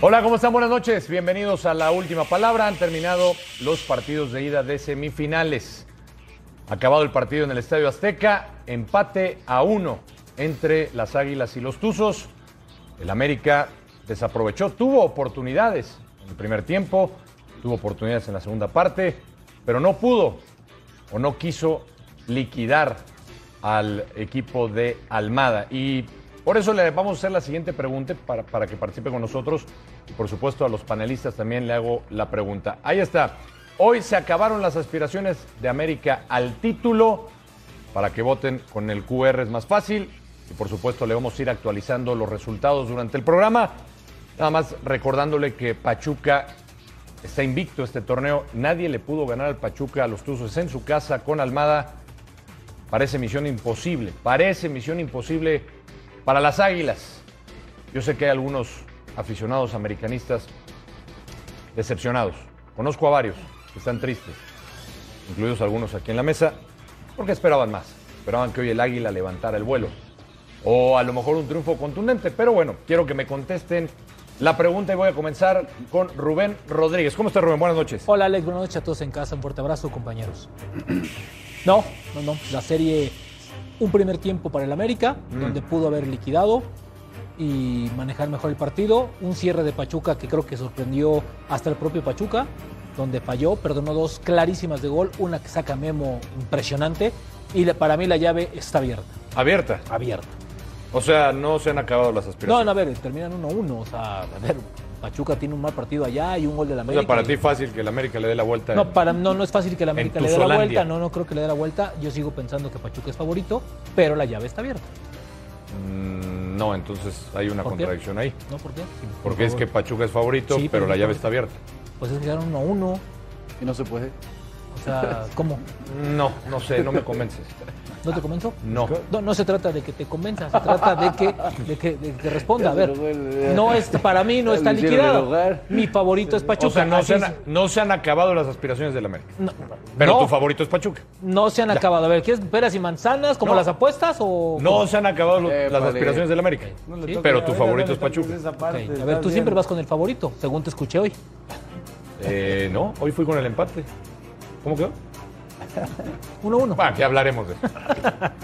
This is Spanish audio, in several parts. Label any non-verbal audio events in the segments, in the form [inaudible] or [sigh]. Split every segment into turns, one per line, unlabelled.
Hola, ¿cómo están? Buenas noches. Bienvenidos a la última palabra. Han terminado los partidos de ida de semifinales. Acabado el partido en el Estadio Azteca, empate a uno entre las Águilas y los Tuzos. El América desaprovechó, tuvo oportunidades en el primer tiempo, tuvo oportunidades en la segunda parte, pero no pudo o no quiso liquidar al equipo de Almada. Y por eso le vamos a hacer la siguiente pregunta para, para, que participe con nosotros. Y por supuesto a los panelistas también le hago la pregunta. Ahí está. Hoy se acabaron las aspiraciones de América al título. Para que voten con el QR es más fácil. Y por supuesto le vamos a ir actualizando los resultados durante el programa. Nada más recordándole que Pachuca está invicto este torneo. Nadie le pudo ganar al Pachuca a los Tuzos en su casa con Almada. Parece misión imposible. Parece misión imposible para las Águilas. Yo sé que hay algunos aficionados americanistas decepcionados. Conozco a varios que están tristes, incluidos algunos aquí en la mesa, porque esperaban más. Esperaban que hoy el Águila levantara el vuelo. O a lo mejor un triunfo contundente. Pero bueno, quiero que me contesten la pregunta y voy a comenzar con Rubén Rodríguez. ¿Cómo está Rubén? Buenas noches.
Hola Alex, buenas noches a todos en casa. Un fuerte abrazo, compañeros. [clears throat] No, no, no. La serie un primer tiempo para el América, mm. donde pudo haber liquidado y manejar mejor el partido. Un cierre de Pachuca que creo que sorprendió hasta el propio Pachuca, donde falló, perdonó dos clarísimas de gol, una que saca Memo impresionante. Y la, para mí la llave está abierta.
¿Abierta?
Abierta.
O sea, no se han acabado las aspiraciones.
No, no a ver, terminan 1-1. O sea, a ver, Pachuca tiene un mal partido allá y un gol de la América.
O sea, para
y...
ti fácil que el América le dé la vuelta.
No, para, no, no es fácil que el América le dé la vuelta. No, no creo que le dé la vuelta. Yo sigo pensando que Pachuca es favorito, pero la llave está abierta.
Mm, no, entonces hay una contradicción
qué?
ahí.
No, ¿por qué?
Sí, por Porque favor. es que Pachuca es favorito, sí, pero, pero, la llave está abierta.
Pues es que quedaron 1-1.
Y no se puede.
[laughs]
O sea, ¿cómo?
No, no sé, no me convences.
¿No te convenzo?
No.
no. No, se trata de que te convenza, se trata de que, de que, de que responda. A ver, no es, para mí no está liquidado. Mi favorito es Pachuca. O sea,
no, se han, no se han, acabado las aspiraciones del América. No, pero tu favorito es Pachuca.
No se han ya. acabado. A ver, ¿quieres peras y manzanas como las apuestas o...?
No se han acabado los, eh, las vale. aspiraciones del América. ¿Sí? Pero tu ver, favorito es Pachuca.
Parte, okay. A ver, tú bien. siempre vas con el favorito, según te escuché hoy.
Eh, no, hoy fui con el empate. ¿Cómo quedó?
1-1.
Bueno, ya hablaremos de [laughs] eso.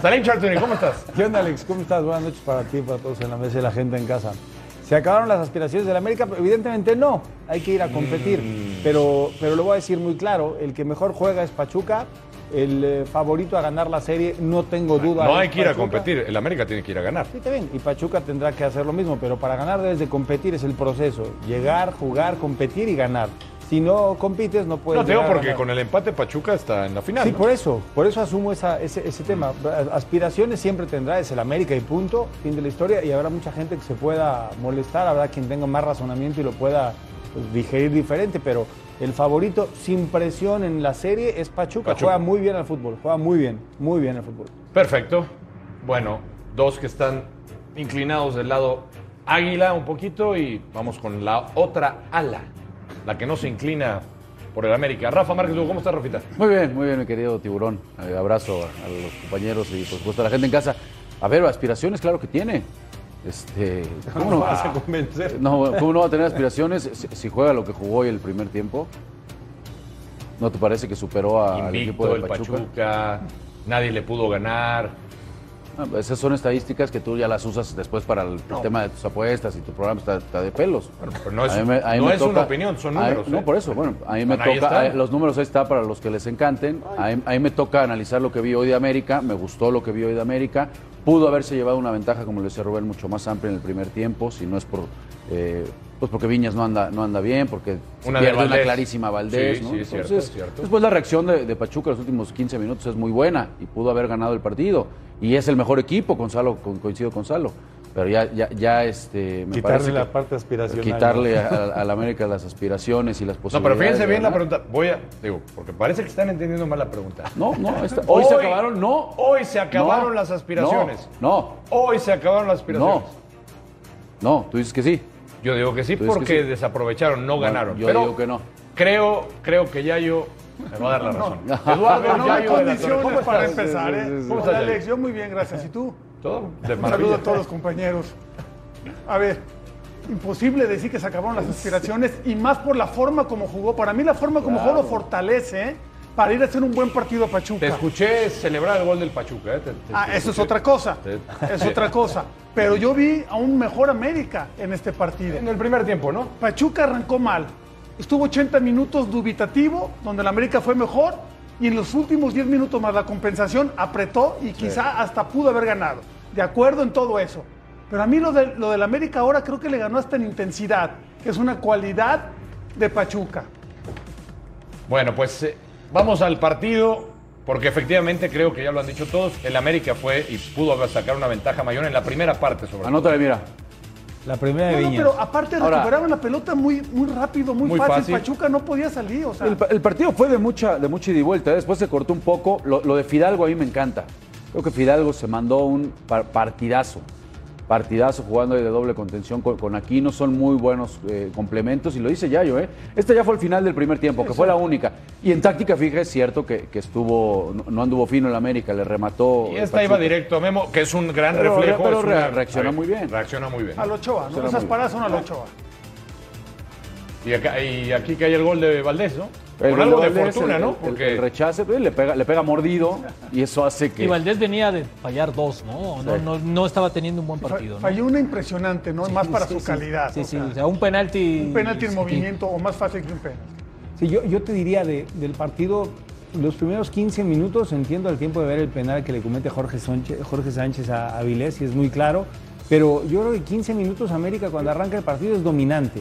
Salim Chartuni, ¿cómo estás?
¿Qué onda, Alex? ¿Cómo estás? Buenas noches para ti, para todos en la mesa y la gente en casa. ¿Se acabaron las aspiraciones del América? Evidentemente no, hay que ir a competir. Mm. Pero, pero lo voy a decir muy claro, el que mejor juega es Pachuca, el eh, favorito a ganar la serie, no tengo duda.
No hay que ir Pachuca. a competir, el América tiene que ir a ganar.
Sí, está bien, y Pachuca tendrá que hacer lo mismo, pero para ganar debes de competir, es el proceso. Llegar, jugar, competir y ganar si no compites no puedes.
No tengo porque con el empate Pachuca está en la final.
Sí,
¿no?
por eso, por eso asumo esa, ese,
Mm.
ese, tema. Aspiraciones siempre tendrá, es el América y punto, fin de la historia, y habrá mucha gente que se pueda molestar, habrá quien tenga más razonamiento y lo pueda pues, digerir diferente, pero el favorito sin presión en la serie es Pachuca. Pachuca. Juega muy bien al fútbol, juega muy bien, muy bien al fútbol.
Perfecto. Bueno, dos que están inclinados del lado águila un poquito y vamos con la otra ala la que no se inclina por el América. Rafa Márquez, ¿cómo estás, Rafita?
Muy bien, muy bien, mi querido tiburón. Eh, abrazo a, a, los compañeros y, por supuesto, a la gente en casa. A ver, aspiraciones, claro que tiene. Este,
¿cómo no,
[laughs]
no [laughs] vas a convencer?
No, ¿cómo no va a tener aspiraciones si, si, juega lo que jugó hoy el primer tiempo? ¿No te parece que superó al Ah, equipo de
el
Pachuca?
Pachuca? Nadie le pudo ganar.
No, Ah, pues, esas son estadísticas que tú ya las usas después para el no. tema de tus apuestas y tu programa está, está de pelos.
Pero, pero no es, me, no es toca, una opinión, son números.
Mí, no,
eh.
por eso, bueno, a mí me bueno, toca, ahí los números ahí está para los que les encanten. Ahí, ahí me toca analizar lo que vi hoy de América, me gustó lo que vi hoy de América. Pudo haberse llevado una ventaja, como lo decía Rubén, mucho más amplia en el primer tiempo, si no es por... Eh, pues porque Viñas no anda, no anda bien, porque
una
pierde
de
una clarísima Valdés.
Sí,
¿no?
sí, es Entonces, cierto, es cierto.
Después pues, la reacción de, de Pachuca en los últimos 15 minutos es muy buena y pudo haber ganado el partido. Y es el mejor equipo, Gonzalo, con, coincido con Gonzalo. Pero ya, ya, ya este,
me quitarle la parte aspiracional.
Quitarle
[laughs]
¿no? al América las aspiraciones y las posibilidades.
No, pero fíjense bien la pregunta. Voy a, digo, porque parece que están entendiendo mal la pregunta.
No, no, está, hoy, hoy, se acabaron, no.
Hoy se acabaron no, las aspiraciones.
No,
Hoy se acabaron las aspiraciones.
No, no, tú dices que sí.
Yo digo que sí porque que sí? desaprovecharon, no bueno, ganaron.
Yo
Pero
digo que no.
Creo, creo que Yayo me va a dar
[laughs]
la razón.
No, no. Eduardo, no hay condiciones para empezar, ¿eh? Sí, sí, Hola, Alex, yo muy bien, gracias. ¿Y tú?
Todo.
De Un saludo a todos los compañeros. A ver,
imposible decir que se acabaron las aspiraciones y más por la forma como jugó. Para mí la forma como jugó lo fortalece ¿eh? para ir a hacer un buen partido a Pachuca.
Te escuché celebrar el gol del Pachuca. ¿eh? Te- te-
Ah,
te
eso es
escuché.
otra cosa.
Te-
Es otra cosa. Pero yo vi a un mejor América en este partido.
En el primer tiempo, ¿no?
Pachuca arrancó mal. Estuvo 80 minutos dubitativo, donde el América fue mejor. Y en los últimos 10 minutos más la compensación apretó y quizá hasta pudo haber ganado. De acuerdo en todo eso. Pero a mí lo, de, lo del América ahora creo que le ganó hasta en intensidad, que es una cualidad de Pachuca.
Bueno, pues eh, vamos al partido, porque efectivamente creo que ya lo han dicho todos. El América fue y pudo haber sacar una ventaja mayor en la primera parte, sobre todo.
Anótale, mira.
La primera de
No, no,
Eh, Viñas.
pero aparte
Ahora-
recuperaban la pelota muy, muy rápido, muy,
Muy
fácil.
fácil.
Pachuca no podía salir, o sea.
El, pa- el partido fue de mucha, de mucha ida y vuelta. ¿eh? Después se cortó un poco. Lo, lo de Fidalgo a mí me encanta. Creo que Fidalgo se mandó un par- partidazo. Partidazo jugando ahí de doble contención con, con Aquino. Son muy buenos eh, complementos. Y lo dice Yayo, ¿eh? Este ya fue el final del primer tiempo, que fue la única. Y en táctica, fija, es cierto que, que estuvo, no, no anduvo fino el América, le remató.
Y
el
esta iba
Pachuca.
directo a Memo, que es un gran
Pero-
reflejo.
pero
es
re-
una-
reacciona muy bien.
Reacciona muy bien.
Al Ochoa, ¿no?
Será
Esas
muy-
paradas son al Ochoa.
Y, acá- y aquí cae el gol de Valdés, ¿no? Por
El gol
algo de
Valdés,
fortuna,
el-
¿no?
el-
Porque
el rechace, pues, le pega, le pega mordido y eso hace que.
Y Valdés venía de fallar dos, ¿no? No,
Sí.
no, no estaba teniendo un buen partido. ¿no?
Falló una impresionante, ¿no? más para
Sí,
su
sí,
calidad.
Sí,
o
sí,
sea,
o sea, un penalti. este,
Un penalti en
sí.
movimiento o más fácil que un penalti.
Sí, yo, yo te diría de- del partido, los primeros 15 minutos entiendo el tiempo de ver el penal que le comete Jorge, Sonche- Jorge Sánchez a, a Vilés, y es muy claro, pero yo creo que 15 minutos América cuando arranca el partido es dominante.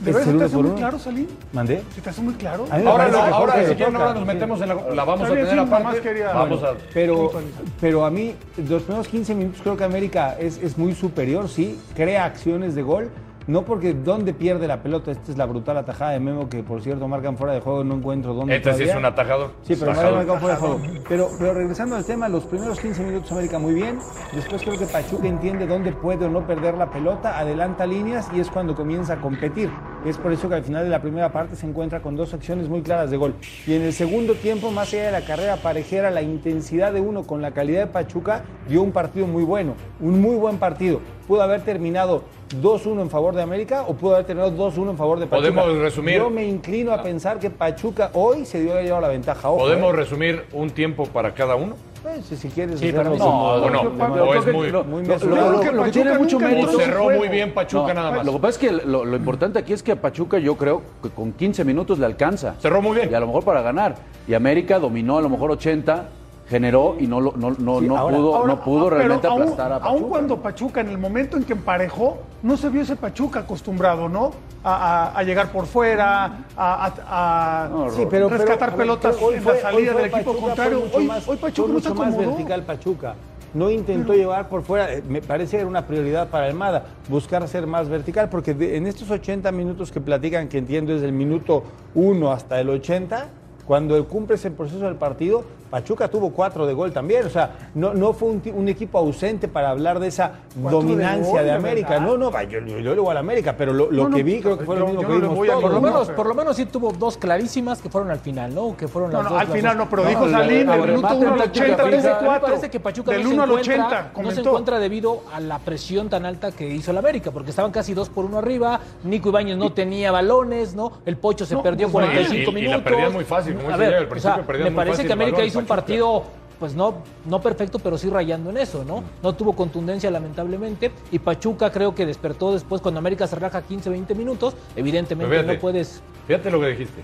¿De
Es
verdad
el
se te
uno
hace
por
muy
uno.
claro, Salim?
¿Mandé?
¿Se te hace muy claro?
A mí me
Ahora,
parece
no,
que
ahora
Jorge
si
lo
quieren, ahora
toca.
nos metemos en la. La vamos
Está bien,
a tener
sí, nomás
aparte.
quería-
Vamos a.
Pero,
Puntualizar.
pero a mí, los primeros 15 minutos creo que América es, es muy superior, sí, crea acciones de gol, no porque dónde pierde la pelota, esta es la brutal atajada de Memo que por cierto marcan fuera de juego, no encuentro dónde.
Este sí es
todavía.
un atajador.
Sí, pero no había
Atajador.
marcado fuera de juego. Pero, pero regresando al tema, los primeros 15 minutos América muy bien. Después creo que Pachuca entiende dónde puede o no perder la pelota, adelanta líneas y es cuando comienza a competir. Es por eso que al final de la primera parte se encuentra con dos acciones muy claras de gol. Y en el segundo tiempo, más allá de la carrera parejera, la intensidad de uno con la calidad de Pachuca dio un partido muy bueno, un muy buen partido. Pudo haber terminado 2-1 en favor de América o pudo haber terminado 2-1 en favor de Pachuca.
Podemos resumir.
Yo me inclino a pensar que Pachuca hoy se dio llevado la ventaja. Ojo,
¿Podemos
¿eh?
resumir un tiempo para cada uno?
Pues, si- si quieres
Sí,
hacerlo
pero
de
No,
modo-
o no.
de modo-
o es muy-
lo-
muy
lo-
mesurado.
Yo creo que
lo- lo- lo que
Pachuca
tiene mucho
nunca
O
mérito.
entró su
cerró
juego.
muy bien Pachuca
No,
nada más.
Lo que pasa es que lo, lo importante aquí es que a Pachuca yo creo que con 15 minutos le alcanza.
Cerró muy bien.
Y a lo mejor para ganar. Y América dominó a lo mejor 80, generó y no, lo- no, no,
Sí,
no
ahora-
pudo,
Ahora,
no pudo
ah, pero
realmente
aún-
aplastar a Pachuca.
Aún cuando Pachuca, en el momento en que emparejó, no se vio ese Pachuca acostumbrado, ¿no? A, a- a llegar por fuera, a, a- a-
No,
Sí, pero- pero,
rescatar
a ver,
pelotas
hoy
en
fue-
la
hoy
salida
fue
del equipo
Pachuca,
contrario.
fue mucho
Hoy,
más-
hoy Pachuca
fue
no Mm. se
mucho más
acomodó.
vertical Pachuca. No intentó llevar por fuera, eh, me parece que era una prioridad para Almada, buscar ser más vertical, porque de- en estos 80 minutos que platican, que entiendo desde el minuto 1 hasta el 80, cuando él cumple ese proceso del partido, Pachuca tuvo cuatro de gol también. O sea, no, no fue un, ti- un equipo ausente para hablar de esa
Cuatro de
dominancia
gol,
de
de
América.
verdad.
No, no, va, yo, yo, yo le voy a la América, pero lo, lo
No, no,
que vi creo que fue
yo-
lo mismo
yo
que
no le
vimos
voy a
todos,
Por lo,
¿no?
menos,
pero-
por lo menos sí tuvo dos clarísimas que fueron al final, ¿no? Que fueron las
No, no,
dos,
al
las
final
dos.
no, pero dijo
el-
Salim
el
del minuto
remate
1 al
en táctica
80,
fija.
13
Me
4.
parece que Pachuca
del
no,
1
se
al 80,
encuentra, no se
comentó.
encuentra debido a la presión tan alta que hizo el América, porque estaban casi dos por uno arriba, Nico Ibáñez no tenía balones, ¿no? El Pocho se
No,
perdió
pues,
45
y- y- y
minutos.
la perdían muy fácil, como
A
dice
ver,
Yayo, al principio
o sea,
perdían
me
muy
parece
fácil
que América
balones,
hizo un
Pachuca.
partido pues no, no perfecto, pero sí rayando en eso, ¿no? No tuvo contundencia lamentablemente y Pachuca creo que despertó después cuando América se raja 15, 20 minutos, evidentemente
Pero fíjate.
no puedes
Fíjate lo que dijiste.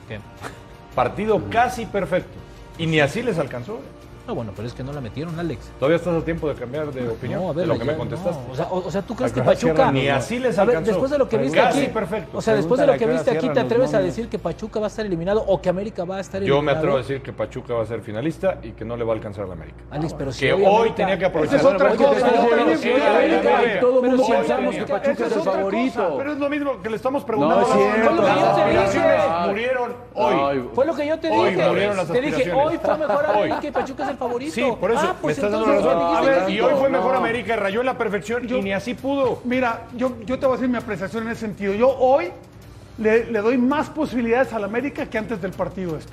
Partido casi perfecto. Y ni así les alcanzó.
No, bueno, pero es que no la metieron, Alex.
Todavía estás a tiempo de cambiar de opinión
No, a
de
ver,
lo que
ya
me contestaste.
no. O, sea, o- o sea, ¿tú crees que
Acabas
Pachuca...
cierran, ni así les
A ver,
alcanzó.
después de lo que viste
Casi
aquí...
perfecto.
O sea, después de
Pregúntale
lo
a
que
qué hora
viste aquí, ¿te
cierran los
atreves a
nombres.
decir que Pachuca va a estar eliminado o que América va a estar
Yo
eliminado?
me atrevo a decir que Pachuca va a ser finalista y que no le va a alcanzar a la América.
Alex, pero si
que hoy tenía que aprovechar.
Esa es otra
Oye,
cosa,
pero-
yo también-
Sí, a ver, a ver.
Todo el mundo
Pero si
pensamos
tenía.
que Pachuca
Esa
es
es
el
otra
favorito.
cosa, pero es lo mismo que le estamos preguntando.
No, es
a la-
cierto.
Las
No,
aspiraciones
no.
murieron hoy.
Ay,
Fue lo que yo te
Hoy
dije.
murieron las
te dije,
aspiraciones.
hoy fue mejor
Hoy.
América y Pachuca es el favorito.
Sí, por eso
Ah, pues
me estás dando la
entonces,
razón.
¿por
A
qué
ver,
dijiste
y
que
hoy fue
no?
mejor América, rayó en la perfección y ni así pudo.
Mira, yo, yo te voy a decir mi apreciación en ese sentido. Yo hoy le, le doy más posibilidades al América que antes del partido este.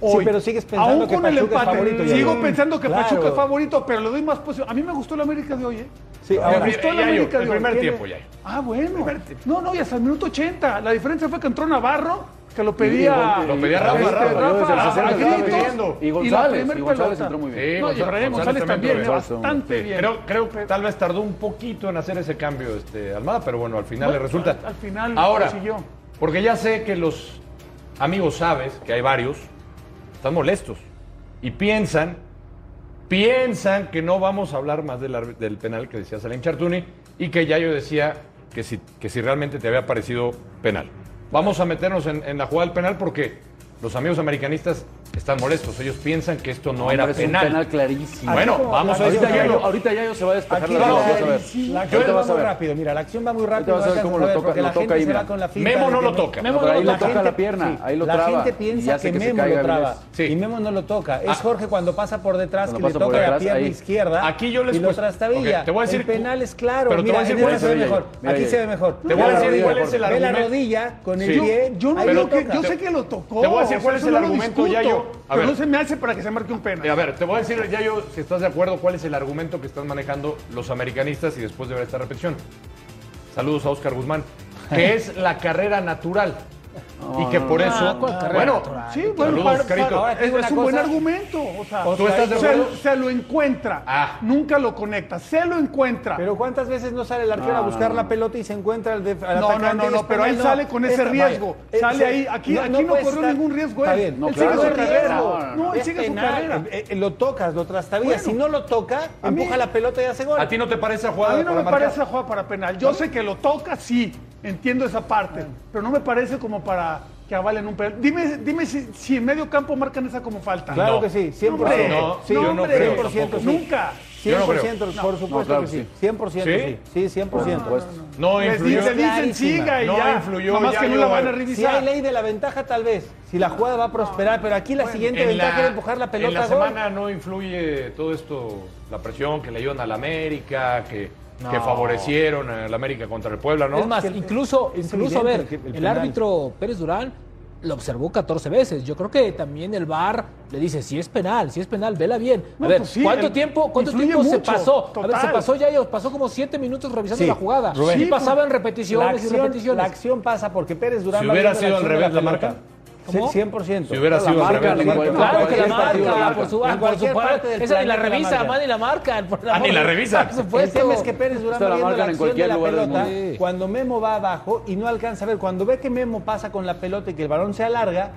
Sí, pero sigues pensando
Aún
que
con el
Pachuca es
empate.
favorito, ya.
Sigo pensando que
Claro.
Pachuca es favorito, pero le doy más posición. A mí me gustó el América de hoy, ¿eh?
Sí,
Me
ahora,
gustó el
Yayo,
América
el
de hoy.
primer
Tiene-
tiempo, Yayo.
Ah, bueno. No, no, y hasta el minuto 80. La diferencia fue que entró Navarro, que lo pedía.
Lo pedía Rafa,
este,
Rafa, yo desde el
a
60 estaba
gritos,
pidiendo.
Y
la
González,
primer
y González
pelota.
entró muy bien.
Sí,
No, y
González-
González,
González
también,
tremendo,
¿eh?
¿eh?
bastante
Sí,
bien.
Creo, creo que tal vez tardó un poquito en hacer ese cambio este, Almada, pero bueno, al final
Bueno,
le resulta.
al- al final lo
Ahora,
consiguió.
porque ya sé que los amigos sabes, que hay varios, están molestos y piensan, piensan que no vamos a hablar más del, arbi- del penal que decía Salim Chartuni y que ya yo decía que si, que si realmente te había parecido penal. Vamos a meternos en, en la jugada del penal porque los amigos americanistas están molestos. Ellos piensan que esto no era
Hombre, es un
penal.
penal clarísimo.
Bueno,
como
vamos a
ahorita,
Ahorita
ya
Yayo-
decirlo.
ahorita Yayo se va a despejar
Aquí
la
va,
mano, vas a ver.
la
Ahorita
acción va
vas a
muy
ver.
rápido. Mira, la acción va muy
Ahorita
rápido.
vas a ver
no
cómo
alcanzas
lo toca-
porque
lo
la
toca
gente
ahí,
se
mira.
va con la finta
Memo
de
no lo
que-
toca.
No, pero ahí
La
lo toca
gente-
la pierna,
sí,
ahí lo
la
traba.
gente
y
piensa
hace
que,
se
Memo
caiga
lo traba
Avilés.
Sí.
y Memo no lo toca. Es
Ah.
Jorge cuando pasa por detrás
Cuando
que le
pasa por
toca la
detrás,
pierna
ahí.
izquierda
Aquí yo les
y lo
pues-
trastabilla.
ok, te voy a decir-
el penal es claro.
pero te
Mira,
voy a decir
en esta
cuál
se ve
es-
mejor.
mira,
aquí
mira,
se ve
mira.
mejor.
Te
Ve
voy a
la
decir
rodilla,
cuál es el
Jorge. Ve la
argumento.
rodilla con el
Sí.
Yo,
pie.
yo no
ahí
digo
lo
que,
toca.
yo sé que lo tocó.
Te voy a decir
o sea,
cuál es
eso
el
no lo
argumento,
discuto,
Yayo. A
pero
ver.
no se me hace para que se marque un penal.
Eh, A ver, te voy a decir, ya yo, si estás de acuerdo, cuál es el argumento que están manejando los americanistas y después de ver esta repetición. Saludos a Oscar Guzmán, que
[laughs]
es la carrera natural. y que por
Ah,
eso. bueno,
Sí,
Saludos,
bueno, para-
Oscarito.
para-
Ahora te
es,
digo una
es un buen
cosa.
argumento. O sea,
¿Tú estás de
se,
acuerdo?
se lo encuentra,
Ah.
nunca lo conecta, se lo encuentra.
Pero ¿cuántas veces no sale el arquero a buscar la pelota y se encuentra al, def- al
No,
atacante?
no, no,
y es
no, pero
penal?
él sale con ese
esta-
riesgo,
Eh,
sale
sí.
ahí, aquí- aquí no
puede
corrió ningún riesgo
Está
él.
bien,
No,
él
claro.
sigue su
No es
carrera.
riesgo.
No, él
Es
sigue su
penal.
carrera.
Eh, eh, lo tocas, lo trastabillas.
Bueno.
si no lo toca,
A mí-
empuja la pelota y hace gol.
¿a ti no te parece a
a
jugada
mí no
para
me
marcar?
parece a jugar para penal. Yo sé que lo toca, sí, entiendo esa parte, pero no me parece como para que avalen un penal. Dime, dime si, si en medio campo marcan esa como falta.
Claro
No.
que sí, 100%.
Hombre,
No,
sí,
yo no
hombre,
creo
100%,
tampoco.
sí.
Nunca.
Yo no
100%, por supuesto
claro
que
que
sí.
sí.
100%
¿Sí?
sí. Sí, 100%.
Por supuesto.
No
Les
influyó.
dicen, dicen,
Clarísima.
siga y
No
ya.
influyó,
Nada más
ya
que no
yo-
la van a
Si hay
revisar.
ley de la ventaja, tal vez. Si la jugada va a prosperar, pero aquí la siguiente
En
ventaja
la,
era empujar la pelota.
en la
a gol.
semana no influye todo esto, la presión que le ayudan a la América, que, que favorecieron a la América contra el Puebla, ¿no?
Es más,
Es que-
incluso,
es
incluso a ver,
evidente
el,
el penal.
árbitro Pérez Durán lo observó 14 veces. Yo creo que también el VAR le dice, si es penal, si es penal, vela bien. A
No,
ver,
pues sí,
¿cuánto
el-
tiempo, cuánto
influye
tiempo se
mucho,
pasó? A ver, se
total.
pasó ya, ellos, pasó como 7 minutos revisando
Sí,
la jugada.
Rubén.
y
Sí,
pasaba
pues,
en
la
repeticiones y
acción, la
repeticiones.
acción pasa porque Pérez Durán.
Si
va
hubiera
viendo
sido al
acción de
revés la
pelota.
marca.
¿Cómo?
100%.
Si hubiera sido al
marca,
revés,
la
la
marca.
marca.
Claro que la
En cualquier
marca,
partido
por su,
la
ah,
marcan.
por su
En cualquier parte
parte.
del
Esa ni la
planeta la
revisa,
marcan.
más ni la marcan. por
Ah, ni la
amor de-
revisa.
Por
El
supuesto.
tema es que Pérez Durán
Esta
va
la
viendo
marcan
la
en
acción
cualquier
de la
lugar del
pelota
mundo. Sí.
cuando Memo va abajo y no alcanza a ver. Cuando ve que Memo pasa con la pelota y que el balón se alarga,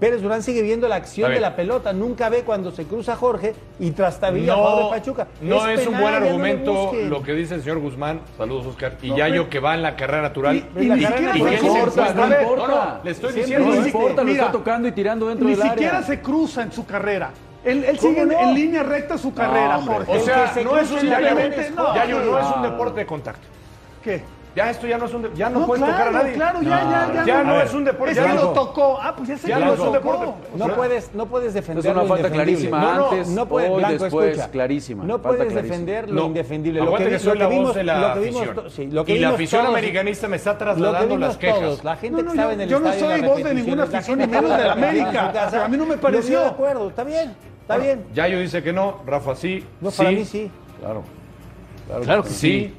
Pérez Durán sigue viendo la acción
Está
de
bien.
la pelota. Nunca ve cuando se cruza Jorge y trastabilla a
no,
favor de Pachuca.
no es, un buen
penal, ya no le
argumento
busquen.
lo que dice el señor Guzmán. Saludos, Oscar. Y Yayo que va en la carrera natural.
Y- y ni siquiera
que
se
él se
importa,
encuentra-
no
no,
importa.
no, le estoy
Siempre
diciendo.
No
Ni
es-
si-
importa, lo
mira,
está tocando y tirando dentro
Ni
del área.
siquiera se cruza en su carrera. Él, él
¿Cómo
sigue en-
no?
en línea recta su carrera, Jorge.
O sea,
que se
no es un
cruce la
deporte,
pelota,
no,
no.
Yayo, no es un deporte de contacto.
¿Qué?
Ya esto ya no es un de- ya no,
No,
puedes
claro,
tocar a nadie.
claro, ya, ya, ya.
Ya no
A ver,
es un deporte,
Es
ya
que
no.
lo tocó. Ah, pues ya sé
Ya
que
no
lo
es un
tocó.
deporte.
No puedes, no puedes defender
Es una
lo
falta
indefendible.
clarísima antes, hoy, después, clarísima.
No
Falta
puedes
clarísima.
defender lo
No,
indefendible. Lo
aguante
que,
que,
vi-
soy
lo
la
que vimos,
voz de la
lo que vimos, to-
afición.
sí, lo que
y la
vimos
afición
todos-
americanista me está
Lo que
trasladando
vimos
las quejas.
todos, la gente
No, no,
que estaba
yo-
en el
yo no
estadio,
soy
en las
voz de
repeticiones,
ninguna
la
afición,
gente
ni menos
estaba
de la
trabajando en
América.
su casa.
O sea, a mí no me
Lo vi
pareció.
de acuerdo, está bien, está bien.
Yayo dice que no, Rafa sí.
No,
sí,
para mí sí.
Claro.
Claro que
sí.
sí.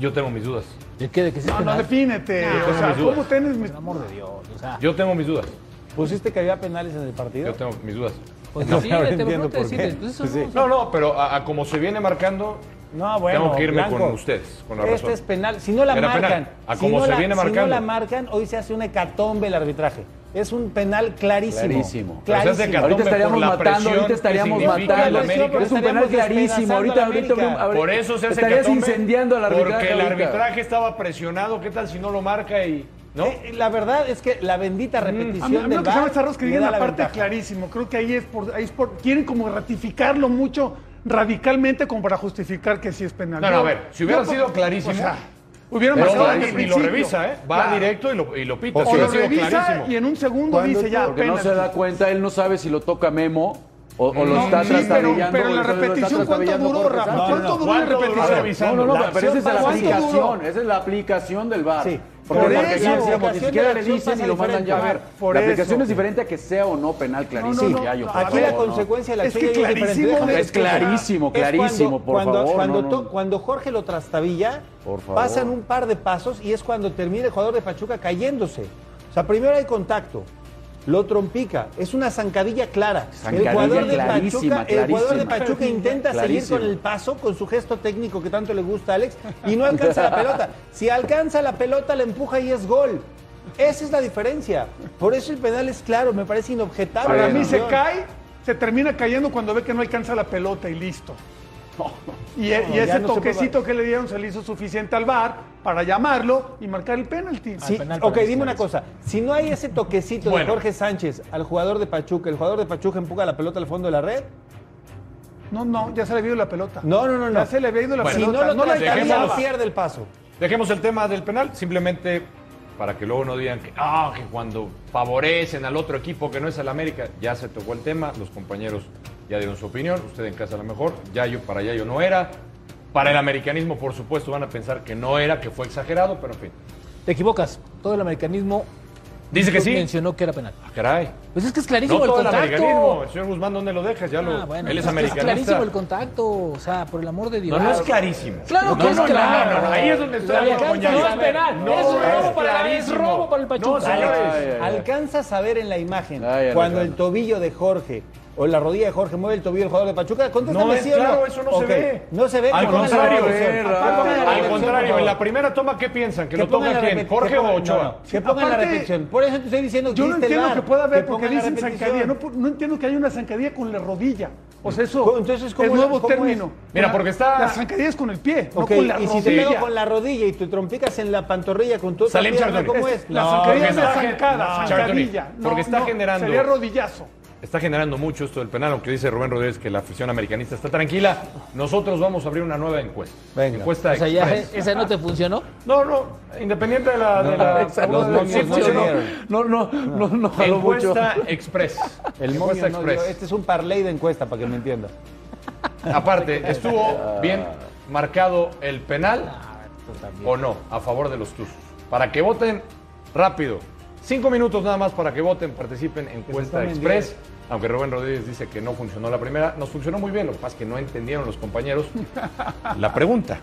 Yo tengo mis dudas.
¿De qué? ¿De qué se
No, no, defínete. O sea,
mis dudas.
¿cómo tienes mis-
Por amor de Dios. O sea,
Yo tengo mis dudas.
¿Pusiste que había penales en el
Yo
partido?
tengo mis dudas.
pues
No,
sí, pues
ahora
te
entiendo
lo
por qué.
Entonces,
Sí.
No, no, pero a, a como se viene marcando,
No, bueno.
Tengo que irme
Blanco,
con ustedes, con la
este
razón.
es penal. Si no la
Era
marcan,
penal. A
si
como
no
se
la-
viene marcando.
Si no la marcan, hoy se hace una hecatombe el arbitraje. Es un penal clarísimo.
Clarísimo.
Pero se hace
Clarísimo.
hecatombe
Ahorita estaríamos
por la
matando,
presión
ahorita
que
estaríamos
significa el
matando.
América.
Es un penal
Estaríamos
clarísimo.
despedazando
Ahorita,
a la
ahorita,
América.
ahorita-
por eso se hace
Estarías
hecatombe,
incendiando al arbitraje.
Porque el
ahorita.
arbitraje estaba presionado. ¿Qué tal si no lo marca y no?
Eh, la verdad es que la bendita
Mm, A mí, a
repetición
mí
del
lo que se me
VAR
hace raro es que
le
digan
da
la, parte
ventaja.
clarísimo. Creo que ahí es por, ahí es por- quieren como ratificarlo mucho radicalmente como para justificar que sí es penal.
No, no,
Yo-
a ver, si hubiera
yo-
sido clarísimo,
hubieran
Pero
marcado
va
en el
y, y lo
principio.
revisa, ¿eh? Va
Claro.
directo y lo, y lo pita.
O
Sí,
lo
ha sido
revisa
clarísimo.
y en un segundo
Cuando
dice ya
Porque no
penalti.
se da cuenta, él no sabe si lo toca Memo o, o lo
No,
está
sí, pero-
trastabillando.
pero
o
la
lo está
repetición, ¿cuánto
trastabillando
duró,
Jorge
Rafa?
Sánchez.
¿Cuánto duró la
¿Cuánto duró
repetición?
revisando?
No, no,
La
no, pero
acción
esa es la
pasó.
aplicación, esa es la aplicación del VAR.
Sí.
Porque
Por
la
eso,
aplicación,
la
digamos, ni
aplicación
siquiera
de
le
acción
dicen
pasa
y lo mandan
diferente.
ya a ver.
Ah,
por
la aplicación
eso.
es diferente a que sea o no penal, clarísimo.
No, no, no.
ya, yo, por
Aquí la
favor, no.
consecuencia de la
Es que
acción ya diferente.
clarísimo
Déjame
de-
Es clarísimo,
Es cuando-
clarísimo, por
cuando,
favor.
Cuando,
no,
to-
no.
cuando Jorge lo trastabilla,
Por favor.
pasan un par de pasos y es cuando termina el jugador de Pachuca cayéndose. O sea, primero hay contacto, lo trompica, es una zancadilla clara.
Zancadilla
el jugador de
clarísima,
Pachuca, el jugador de
clarísima.
Pachuca intenta seguir
Clarísima.
con el paso, con su gesto técnico que tanto le gusta a Alex, y no alcanza la pelota. Si alcanza la pelota, la empuja y es gol. Esa es la diferencia. Por eso el penal es claro, me parece inobjetable.
Para
Bueno.
mí se cae, se termina cayendo cuando ve que no alcanza la pelota y listo. Y, e-
No,
y
ya
ese
no se puede.
toquecito que le dieron se le hizo suficiente al VAR para llamarlo y marcar el penalti.
Sí,
Al penal,
ok,
pero es
dime una cosa. Si no hay ese toquecito
Bueno.
de Jorge Sánchez al jugador de Pachuca, el jugador de Pachuca empuja la pelota al fondo de la red.
No, no, ya se le había ido la pelota.
No, no, no, no.
Ya se le había ido la
Bueno.
si
pelota.
no lo
la
trae
dejemos.
alcanzaba.
pierde el paso.
Dejemos el tema del penal, simplemente para que luego no digan que, ah, que cuando favorecen al otro equipo que no es el América, ya se tocó el tema, los compañeros ya dieron su opinión, usted en casa a lo mejor, ya yo para allá yo no era. Para el americanismo, por supuesto, van a pensar que no era, que fue exagerado, pero en fin.
Te equivocas. Todo el americanismo
Dice que sí.
mencionó que era penal.
Ah, caray.
Pues es que es clarísimo
No
el
todo el
contacto.
americanismo. El señor Guzmán, ¿dónde lo dejas? Ya lo,
Ah, bueno,
él es
pues que
americanista.
clarísimo el contacto, o sea, por el amor de Dios.
No, no es clarísimo.
Claro
No,
que es
no, no,
claro.
no, no, ahí es donde estoy
Le
hablando con
alcanza,
Yayo.
no es penal.
No,
es, robo
es
para, es
clarísimo.
robo para el Pachuca.
No, señores.
Ay, ay, ay.
Alcanzas a ver en la imagen
Ay, ay,
cuando
ay.
el tobillo de Jorge o la rodilla de Jorge mueve el tobillo del jugador de Pachuca. Contéstame
No, es
sí o
claro, eso no se
Ok,
ve.
No se ve.
Al
que pongan la
contrario,
repetición.
eh,
Aparte de la
Al
repetición,
contrario,
por
en la
favor.
primera toma, ¿qué piensan? ¿Que, lo
pongan
toca
la
quién?
repeti-
¿Jorge
que
o
pongan-
Ochoa?
no, no, que pongan
Aparte,
la repetición. Por eso te estoy diciendo
Yo no
viste el
entiendo
VAR,
que pueda haber porque
pongan la
dicen
repetición.
zancadilla. No, pu- no entiendo que haya una zancadilla con la rodilla. O
¿Cómo-
sea, eso
entonces cómo
es
es-
nuevo
cómo
término.
es?
Mira,
La-
porque está-
La zancadilla es con el pie,
Ok,
no con la
y si te
rodilla.
pego con la rodilla y te trompicas en la pantorrilla con tu otra
Salen
pierna,
charlando.
¿cómo
Es-
es?
La
No,
zancadilla
porque
es la
está gen-
zancada,
no,
zancadilla.
Chartuni, porque está generando-
Sería rodillazo.
Está generando mucho esto del penal, aunque dice Rubén Rodríguez que la afición americanista está tranquila. Nosotros vamos a abrir una nueva encuesta.
Venga.
Encuesta
O sea, ya
[laughs]
express.
esa no te funcionó.
No, no, independiente de la... de la-
Esa
de la-
no,
sí,
no,
funcionó.
no, no, no, no, no jaló mucho.
Encuesta express.
[laughs] El
encuesta
momio no
express.
dio. Este es un parlay de encuesta, para que me entiendas. [laughs]
Aparte, ¿estuvo bien
Ah.
marcado el penal o no a favor de los Tuzos? Para que voten rápido. Cinco minutos nada más para que voten, participen en Cuesta
tomen
Express. Aunque Rubén Rodríguez dice que no funcionó la primera, nos funcionó muy bien. Lo que pasa es que no entendieron los
[laughs]
compañeros la pregunta.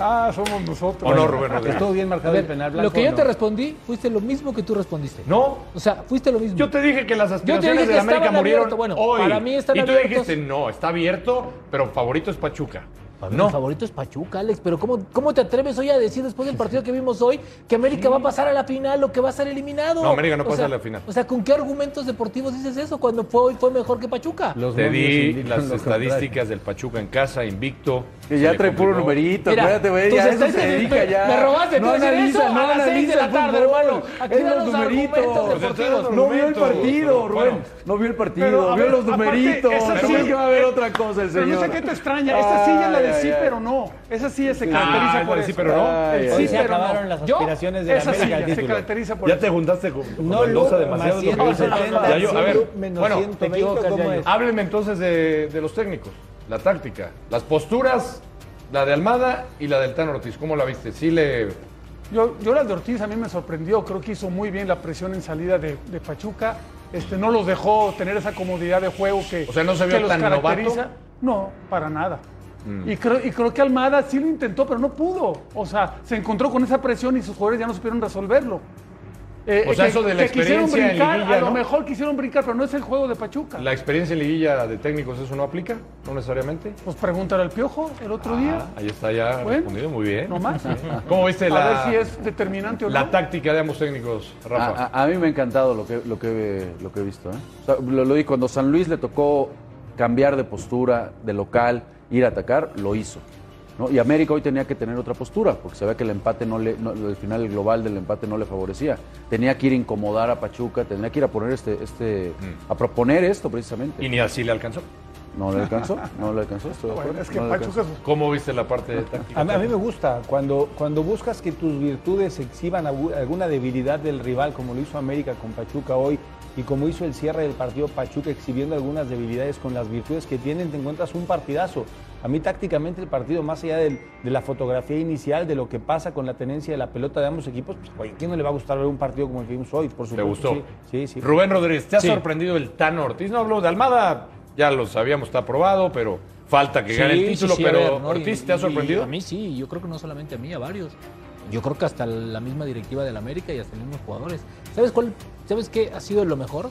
Ah, somos nosotros.
¿O no, Rubén Rodríguez?
Estuvo bien marcado
A ver,
el penal blanco.
lo que
o
yo
no?
te respondí fuiste lo mismo que tú respondiste.
No.
O sea, fuiste lo mismo.
Yo te dije que las aspiraciones
que
de la América
estaban
murieron
abierto. Bueno,
hoy.
para mí están
y tú
abiertos.
dijiste, no, está abierto, pero favorito es Pachuca.
Para mí
No,
Mi favorito es Pachuca, Alex, pero ¿cómo, ¿cómo te atreves hoy a decir después del partido que vimos hoy que América va a pasar a la final o que va a ser eliminado?
No, América no
O
pasa
sea,
a la final.
O sea, ¿con qué argumentos deportivos dices eso cuando fue hoy fue mejor que Pachuca?
Los
te
momios
di
indican
las
lo
estadísticas del Pachuca en casa, invicto.
Que
Se
ya
le
trae puro
complicó.
numerito,
Mira,
acuérdate, güey.
tus
Ya eso se
estadísticas-
dedica ya.
me robaste, tú decir eso a las seis de la
el
tarde,
fútbol.
hermano. Aquí
Es
dan
los
los
numeritos.
argumentos deportivos.
No vio el
Bueno,
partido, Rubén. No vio el
pero,
partido,
a
vio
ver,
los
aparte,
numeritos.
esa
Pero
sí-
es que va a
eh,
haber otra cosa el
Pero
señor.
no sé qué te extraña. Esa sí ya la de
Ay,
sí,
ay,
pero no. Esa sí se
Ah,
caracteriza
es
por
de
eso.
sí, pero no.
Ay,
Sí,
ay,
Hoy
ay.
se
pero
acabaron
no.
las
Yo-
aspiraciones de la
Esa sí
América
ya
al
se
título.
caracteriza por
Ya
eso.
te juntaste con, con
No
Mendoza
Luke,
demasiado.
más
es lo que dice.
170,
Ya yo- a ver,
sí, Luke, menos
bueno,
120,
equivocas,
¿cómo
ya
es?
háblenme entonces de, de los técnicos, la táctica, las posturas, la de Almada y la del Tan Ortiz. ¿Cómo la viste? Sí le...
Yo, yo la de Ortiz a mí me sorprendió, creo que hizo muy bien la presión en salida de, de Pachuca, este, no los dejó tener esa comodidad de juego que,
O sea, ¿no se vio
que los
tan novato? Mm.
caracteriza. No, para nada. Y, creo, y creo que Almada sí lo intentó, pero no pudo. O sea, se encontró con esa presión y sus jugadores ya no supieron resolverlo. Eh,
O sea,
que-
eso de la
que
experiencia
quisieron
en
brincar,
liguilla,
a lo
¿no?
mejor quisieron brincar, pero no es el juego de Pachuca.
¿La experiencia en liguilla de técnicos eso no aplica? ¿No necesariamente?
Pues pregúntale al Piojo el otro día.
Ah, ahí está ya
Bueno,
respondido, muy bien. [laughs]
No más.
¿Cómo viste
A
Ah, ¿eh? la,
ver si es determinante o
la
no.
táctica de ambos técnicos, Rafa?
Ah,
A, a- a mí me ha encantado lo que, lo que, lo que he visto. ¿eh? O sea, lo, lo di cuando San Luis le tocó cambiar de postura, de local, ir a atacar, lo hizo. ¿no? Y América hoy tenía que tener otra postura, porque se ve que el empate no le, no- el final el global del empate no le favorecía. Tenía que ir a incomodar a Pachuca, tenía que ir a poner este, este, a proponer esto precisamente.
Y ni así le alcanzó.
No le alcanzó, no le alcanzó. estoy de
Bueno,
acuerdo,
es que
no le
Pachuca
alcanzó.
¿Cómo viste la parte de táctica?
A mí, a mí me gusta cuando, cuando buscas que tus virtudes exhiban agu- alguna debilidad del rival, como lo hizo América con Pachuca hoy y como hizo el cierre del partido Pachuca exhibiendo algunas debilidades con las virtudes que tienen, te encuentras un partidazo. A mí tácticamente el partido, más allá del- de la fotografía inicial, de lo que pasa con la tenencia de la pelota de ambos equipos, pues, oye, ¿quién no le va a gustar ver un partido como el que vimos hoy? Por supuesto.
¿Te gustó?
Sí, sí. sí.
Rubén Rodríguez, ¿te ha
Sí.
sorprendido el Tano Ortiz? No habló de Almada, ya lo sabíamos, está aprobado, pero falta que gane el
Sí, sí,
título.
sí, a
pero
ver, ¿no?
Ortiz,
Y-
¿te ha
y
sorprendido?
A mí sí, yo creo que no solamente a mí, a varios. Yo creo que hasta la misma directiva del América y hasta los mismos jugadores. ¿Sabes cuál? ¿Sabes qué ha sido lo mejor?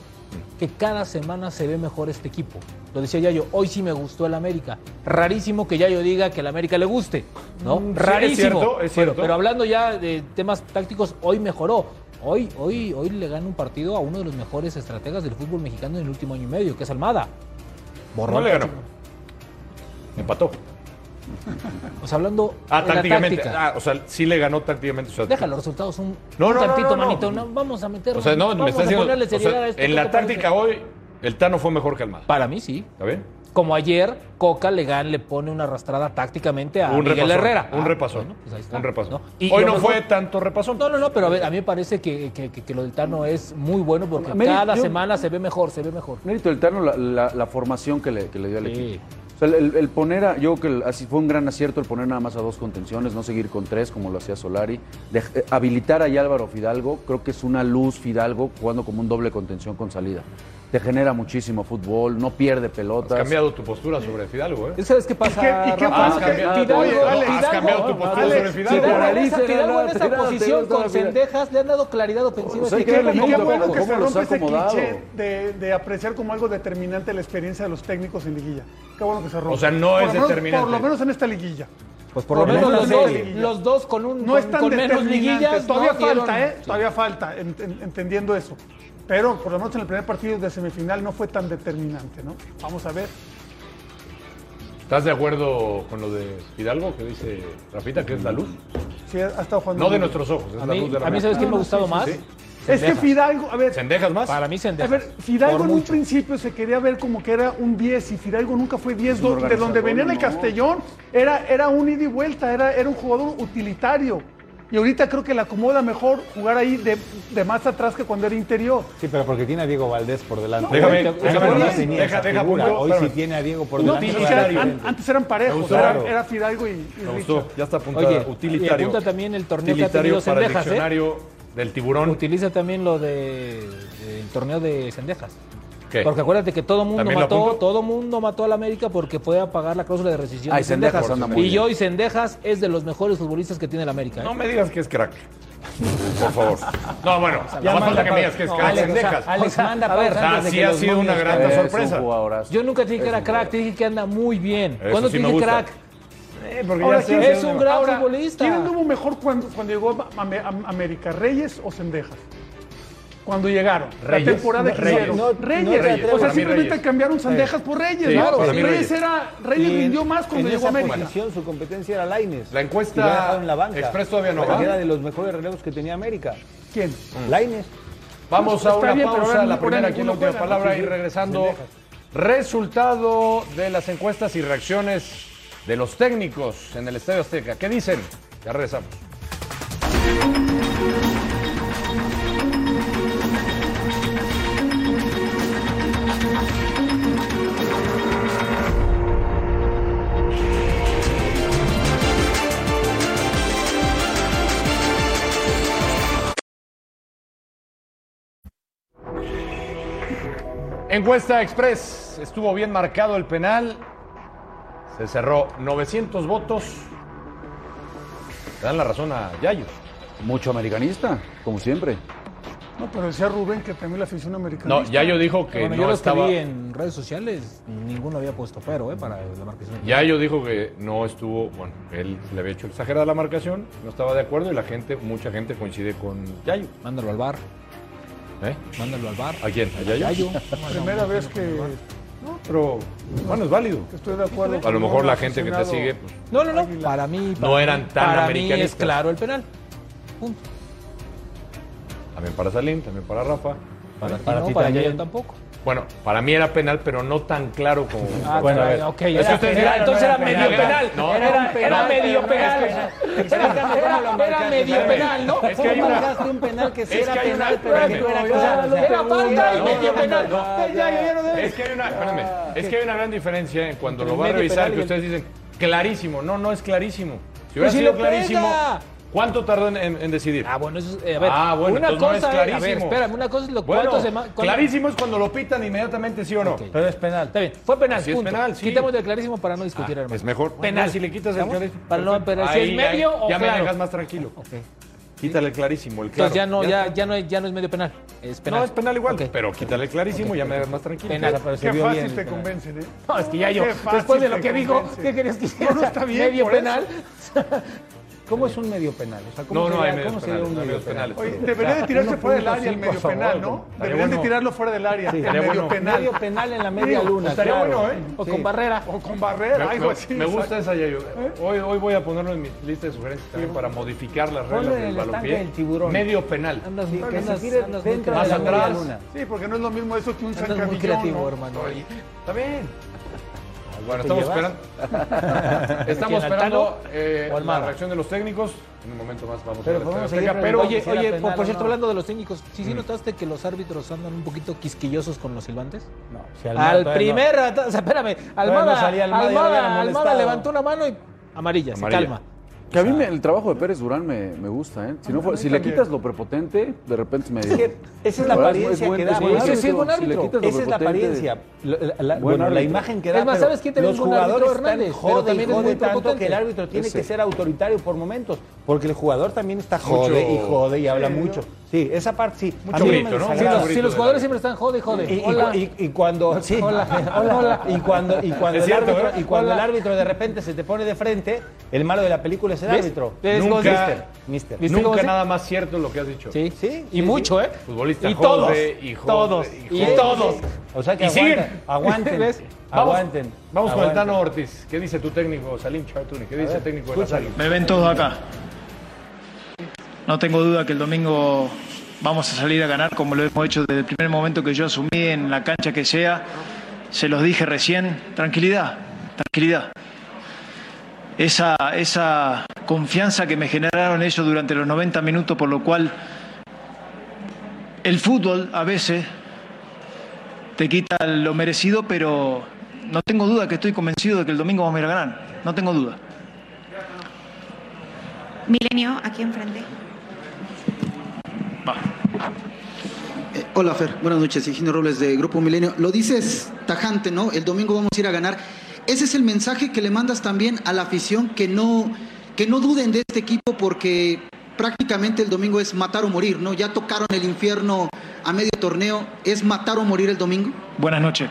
Que cada semana se ve mejor este equipo. Lo decía Yayo, hoy sí me gustó el América. Rarísimo que Yayo diga que el América le guste, ¿no?
Mm, sí, es
Rarísimo.
cierto, es
Pero-
cierto.
pero hablando ya de temas tácticos, hoy mejoró. Hoy, hoy, hoy le gana un partido a uno de los mejores estrategas del fútbol mexicano en el último año y medio, que es Almada.
No le ganó. Empató.
O sea, hablando
Ah,
de la
tácticamente.
táctica.
Ah, o sea, sí le ganó tácticamente. o sea,
Deja los resultados un,
No,
un
no, no,
tantito,
no, no.
manito. no, vamos a meterlo.
O sea, no, me
vamos
está
a
diciendo.
ponerle
o sea,
seriedad a esto,
en
¿qué
la
te parece?
táctica hoy, el Tano fue mejor que Almada.
Para mí sí.
¿Está bien?
Como ayer, Coca le gan- le pone una arrastrada tácticamente a
un
Miguel
repasón,
Herrera.
Un
Ah,
repasón.
bueno, pues ahí está,
un repasón.
¿no? Y
Hoy
lo
no
mejor-
fue tanto repasón.
No, no, no, pero a ver, a mí me parece que, que- que- que lo del Tano es muy bueno porque
Mire,
cada
yo-
semana se ve mejor, se ve mejor.
Mérito del Tano, la, la- la formación que le, que le dio al
Sí.
equipo. O sea, el- el, el poner a, yo creo que el- así fue un gran acierto el poner nada más a dos contenciones, no seguir con tres como lo hacía Solari. De- eh, habilitar ahí a Álvaro Fidalgo, creo que es una luz Fidalgo jugando como un doble contención con salida. Te genera muchísimo fútbol, no pierde
Has
pelotas.
cambiado tu postura sobre Fidalgo, ¿eh?
¿Sabes qué pasa?
¿Y qué, y qué
Rafa?
Has
pasa?
cambiado.
Que-
Oye,
Oye,
Alex,
Has
Alex,
cambiado tu postura
Alex,
sobre
Si
Fidalgo.
te
Dale,
regresa
dale,
Fidalgo en
dale,
esa
dale,
posición
dale,
con
dale.
Sendejas, le han dado claridad ofensiva.
O sea,
a
Y
este
qué,
darle
equipo.
y qué
mérito,
bueno que
¿cómo
se
los
rompe
ha
ese
acomodado?
cliché de, de apreciar como algo determinante la experiencia de los técnicos en liguilla. Qué bueno que se rompe.
O sea, no
Por
es
lo menos-
determinante.
Por lo menos en esta liguilla.
Pues
Por lo menos los
la
dos,
serie.
los dos con un
No
con,
es tan
con menos
determinante.
liguillas.
Todavía
no dieron-
falta, ¿eh? Todavía falta, en- en- entendiendo eso. Pero por lo menos en el primer partido de semifinal no fue tan determinante, ¿no? Vamos a ver.
¿Estás de acuerdo con lo de Fidalgo que dice Rafita, que es la luz?
Sí, ha ha estado jugando.
No de
muy
nuestros ojos, es
A
la
mí,
luz de la
a mí,
verdad.
¿sabes quién me ha
No, no,
gustado
sí,
más?
sí, sí.
bien. Es que
Sendejas.
Fidalgo, a ver.
¿Sendejas más?
Para mí,
A
Sendejas.
ver, Fidalgo
Por
en un
mucho.
principio se quería ver como que era un 10 y Fidalgo nunca fue 10, do- de donde
organizador,
venía en el
no.
Castellón, era, era un ida y vuelta, era, era un jugador utilitario. Y ahorita creo que le acomoda mejor jugar ahí de, de más atrás que cuando era interior.
Sí, pero porque tiene a Diego Valdés por delante.
Déjame-
Hoy te-
déjame-
antes no
déjame-
tenía
deja-
esa
deja
figura.
punto,
Hoy
espérame.
sí tiene a Diego por
No,
delante.
o
Utilitario.
sea,
Claro.
an- antes eran
Me
parejos,
gustó.
era,
Claro.
era Fidalgo y, y
Me gustó,
Richard.
ya está apuntada.
Oye,
utilitario.
y apunta también el torneo que ha
utilitario
tenido
para el
Sendejas, ¿eh?
diccionario del tiburón.
Utiliza también lo de- del torneo de Sendejas.
¿Qué?
Porque acuérdate que todo mundo
¿También lo
mató,
apunto?
todo mundo mató al América porque fue a pagar la cláusula de rescisión
Ay,
de
Sendejas
Sendejas.
anda muy
y
bien.
hoy Sendejas es de los mejores futbolistas que tiene el América. ¿eh?
No me digas que es crack. Por favor. No,
[laughs]
bueno, no más falta que me digas que es
No,
crack.
Alex, o sea,
Sendejas.
Alex, manda pausa
o sea,
antes de
sí
que
ha
los
sido
momios
una gran-
caigan.
Tanta
Es
sorpresa.
un jugadorazo.
Yo nunca te dije que
Es
era
un
crack, te dije que anda muy bien.
Eso
¿Cuándo
sí
te
me
dije
gusta.
crack?
Eh,
Ahora,
ya
¿quién
sé,
se-
es un gran
ahora,
futbolista.
¿Quién anduvo mejor cuando, cuando llegó a, a- a América, Reyes o Sendejas? Cuando llegaron,
Reyes.
la temporada que
Reyes.
hicieron.
No,
no
Reyes.
te atreves.
O sea,
Para mí
simplemente
Reyes.
cambiaron Sendejas por Reyes,
Sí,
¿no?
para mí Reyes.
Reyes, era, Reyes
Y en-
rindió más cuando
en
llegó a
esa
América.
posición, su competencia era Laines.
La encuesta Express todavía no va.
Era de los mejores relevos que tenía América.
¿Quién?
Laines.
Vamos a
Está
una
bien, pero
pausa,
ahora
la
no juega
primera aquí en la
ninguno
última
juega, ¿no?
palabra
Sí,
y
sí.
regresando.
Sendejas.
Resultado de las encuestas y reacciones de los técnicos en el Estadio Azteca. ¿Qué dicen? Ya regresamos. Encuesta Express. Estuvo bien marcado el penal. Se cerró 900 votos. Le dan la razón a Yayo.
Mucho americanista, como siempre.
No, pero decía Rubén que también la afición americana.
No, Yayo dijo que
Bueno, yo
no
los
estaba.
que vi en redes sociales, ninguno había puesto pero, ¿eh? Para la marcación.
Yayo dijo que no estuvo, bueno, él le había hecho exagerada la marcación, no estaba de acuerdo y la gente, mucha gente coincide con Yayo.
Mándalo al bar,
¿Eh?
mándalo al bar.
¿A quién? ¿A Yayo? [laughs]
Yayo.
Primera vez que,
No, pero bueno, es válido.
que estoy de acuerdo.
A lo
con
mejor
un
la gente que te
aficionado.
sigue, pues,
No, no, no. Para mí. para
No
mí-
eran tan
Para mí
americanistas.
es claro el penal. Punto.
pues, también para Salim, también para Rafa,
Para,
ti
ti no,
no,
para
para
mí
Yair.
yo tampoco.
Bueno, para mí era penal, pero no tan claro como.
Ah,
Bueno, a
caray,
ver.
ok,
Es que
era-
ustedes
era-
dijeron, no
entonces era medio penal.
No,
Era-
no,
era medio penal. Era- era- era medio
espérame.
penal, ¿no?
Es que hay una-
un penal que sí
es
era
que hay una-
penal, pero que no
espérame.
era claro. o sea,
Era falta y medio penal.
Es que hay una, espérame, es que hay una gran diferencia en cuando lo
Entre el
va a
medio
revisar
penal
que
y el- Pues
ustedes dicen clarísimo. No, no es clarísimo. Si hubiera
si
sido
lo
clarísimo,
pega.
¿cuánto tardó en, en- en decidir?
Ah, bueno, eso es, eh, a ver,
Ah, bueno,
una
entonces no es
cosa, es, a ver,
clarísimo.
espérame, una cosa es lo
Bueno,
cuánto se ma- cuánto-
clarísimo es cuando lo pitan inmediatamente, ¿sí o no?
Ok.
Pero es penal.
Está bien, fue penal,
Sí es
punto.
penal, sí.
Quitamos de clarísimo para no discutir, hermano.
Es mejor.
Penal, si le quitas el clarísimo.
Para no, pero si es
Ahí,
medio
ahí,
o
Ya me
claro.
dejas más tranquilo.
Ok. Entonces
Quítale el clarísimo, el claro.
ya no, ya, ya no, es, ya no es medio penal, es penal.
No, es penal igual,
Ok.
pero quítale el clarísimo y ya me dejas más tranquilo.
Penal.
Pero se
Qué
vio
fácil
bien el
te
penal.
convencen, ¿eh?
No, es que ya yo,
Qué fácil
después de lo
te
que dijo,
convence.
¿qué querías que hiciera?
No, no, está bien,
medio
por eso.
penal.
[laughs] ¿Cómo es un medio penal? O sea, ¿cómo
No, no hay
sería-
medios
¿cómo sería
penales.
un
No hay
medio
medios penales.
Oye,
pero-
debería de tirarse fuera del área el
1.5,
medio
por favor,
penal, ¿no?
estaría
Deberían de
bueno.
tirarlo fuera del área, el
estaría
medio
bueno.
penal.
Medio penal en la media
Digo,
luna,
Estaría
claro.
bueno, ¿eh?
O
Sí.
con barrera.
O con barrera,
Me-
algo así.
Me gusta esa Yayo. Hoy, hoy voy a ponerlo en mi lista de sugerencias también para modificar las
Ponlo
reglas
en
del
el estanque
balompié.
del tiburón.
Medio
Ah,
penal.
Andas,
Sí, que
andas-
se tire
andas muy
dentro de
más
la
creativo.
atrás.
media luna.
Sí, porque no es lo mismo eso que un
Andas muy
zancadillón,
creativo,
¿no?
hermano.
Oye, Está bien. Ah, Bueno, estamos
llevas?
[laughs] esperando. Estamos
¿A quién, al Tano
esperando eh,
o al
la
Mara?
reacción de los técnicos. En un momento más vamos
Pero
a ver.
podemos
la
seguir
Azteca,
preguntando
Oye,
si era
oye, por,
penal
por
o
cierto,
no.
hablando de los técnicos, ¿sí, sí notaste que los árbitros andan un poquito quisquillosos con los silbantes?
No, si Almada
Al
todavía no-
primer, ata- o sea, espérame, Almada,
salía Almada, ya lo
Almada,
hubieran
Almada
molestado.
levantó una mano y
Amarilla.
amarilla, se calma.
Que a mí me- el trabajo de Pérez Durán me, me gusta, ¿eh? Si, no fue- si le quitas lo prepotente, de repente me
que esa es la
verdad,
apariencia
buen-
que da,
es buen
¿no?
árbitro.
Sí, es buen
Si le
árbitro.
quitas lo
Esa es la
prepotente,
apariencia. La- la- la-
Buen
bueno, la
árbitro.
imagen que da.
Es más,
pero
¿sabes quién tenía
Los
un buen árbitro?
jugadores están
Hernández, pero
jode, y
también es
jode
muy
tanto
prepotente.
que el árbitro tiene
Ese.
que ser autoritario por momentos, porque el jugador también está jode y jode y habla mucho. Sí, esa parte sí.
Mucho
me
grito, ¿no?
Si
desagrada.
los,
grito
si los
de
jugadores
la-
siempre están jode, jode.
Y, y-
hola.
y- y cuando sí, [laughs]
Hola, hola, hola.
y cuando y cuando
Es
el
cierto,
árbitro
¿eh?
y cuando
Hola.
el árbitro de repente se te pone de frente el malo de la película es el
¿Ves?
árbitro
¿Ves cómo se-
Nunca,
mister
¿Viste cómo
nunca
se-
nada más cierto lo que has dicho.
Sí,
Sí,
y
sí,
mucho, ¿eh?
Futbolista
y
jode,
todos,
y jode,
todos,
y
y
jode.
todos.
o sea que
Y siguen.
aguanten aguanten,
¿eh? [laughs] ¿Ves?
Vamos,
aguanten
vamos con el
aguanten.
Tano Ortiz. ¿Qué dice tu técnico, Salim Chartuni? ¿Qué dice el técnico de la
escúchalo.
Me ven todos acá. No tengo duda que el domingo vamos a salir a ganar como lo hemos hecho desde el primer momento que yo asumí en la cancha que sea. Se los dije recién, tranquilidad, tranquilidad. Esa, esa confianza que me generaron ellos durante los 90 minutos, por lo cual el fútbol a veces te quita lo merecido, pero no tengo duda que estoy convencido de que el domingo vamos a ir a ganar. No tengo duda.
Milenio, aquí enfrente.
Va.
Eh, hola Fer, buenas noches, Eugenio Robles de Grupo Milenio. Lo dices tajante, ¿no? El domingo vamos a ir a ganar. Ese es el mensaje que le mandas también a la afición que no que no duden de este equipo porque prácticamente el domingo es matar o morir, ¿no? Ya tocaron el infierno a medio torneo, es matar o morir el domingo.
Buenas noches.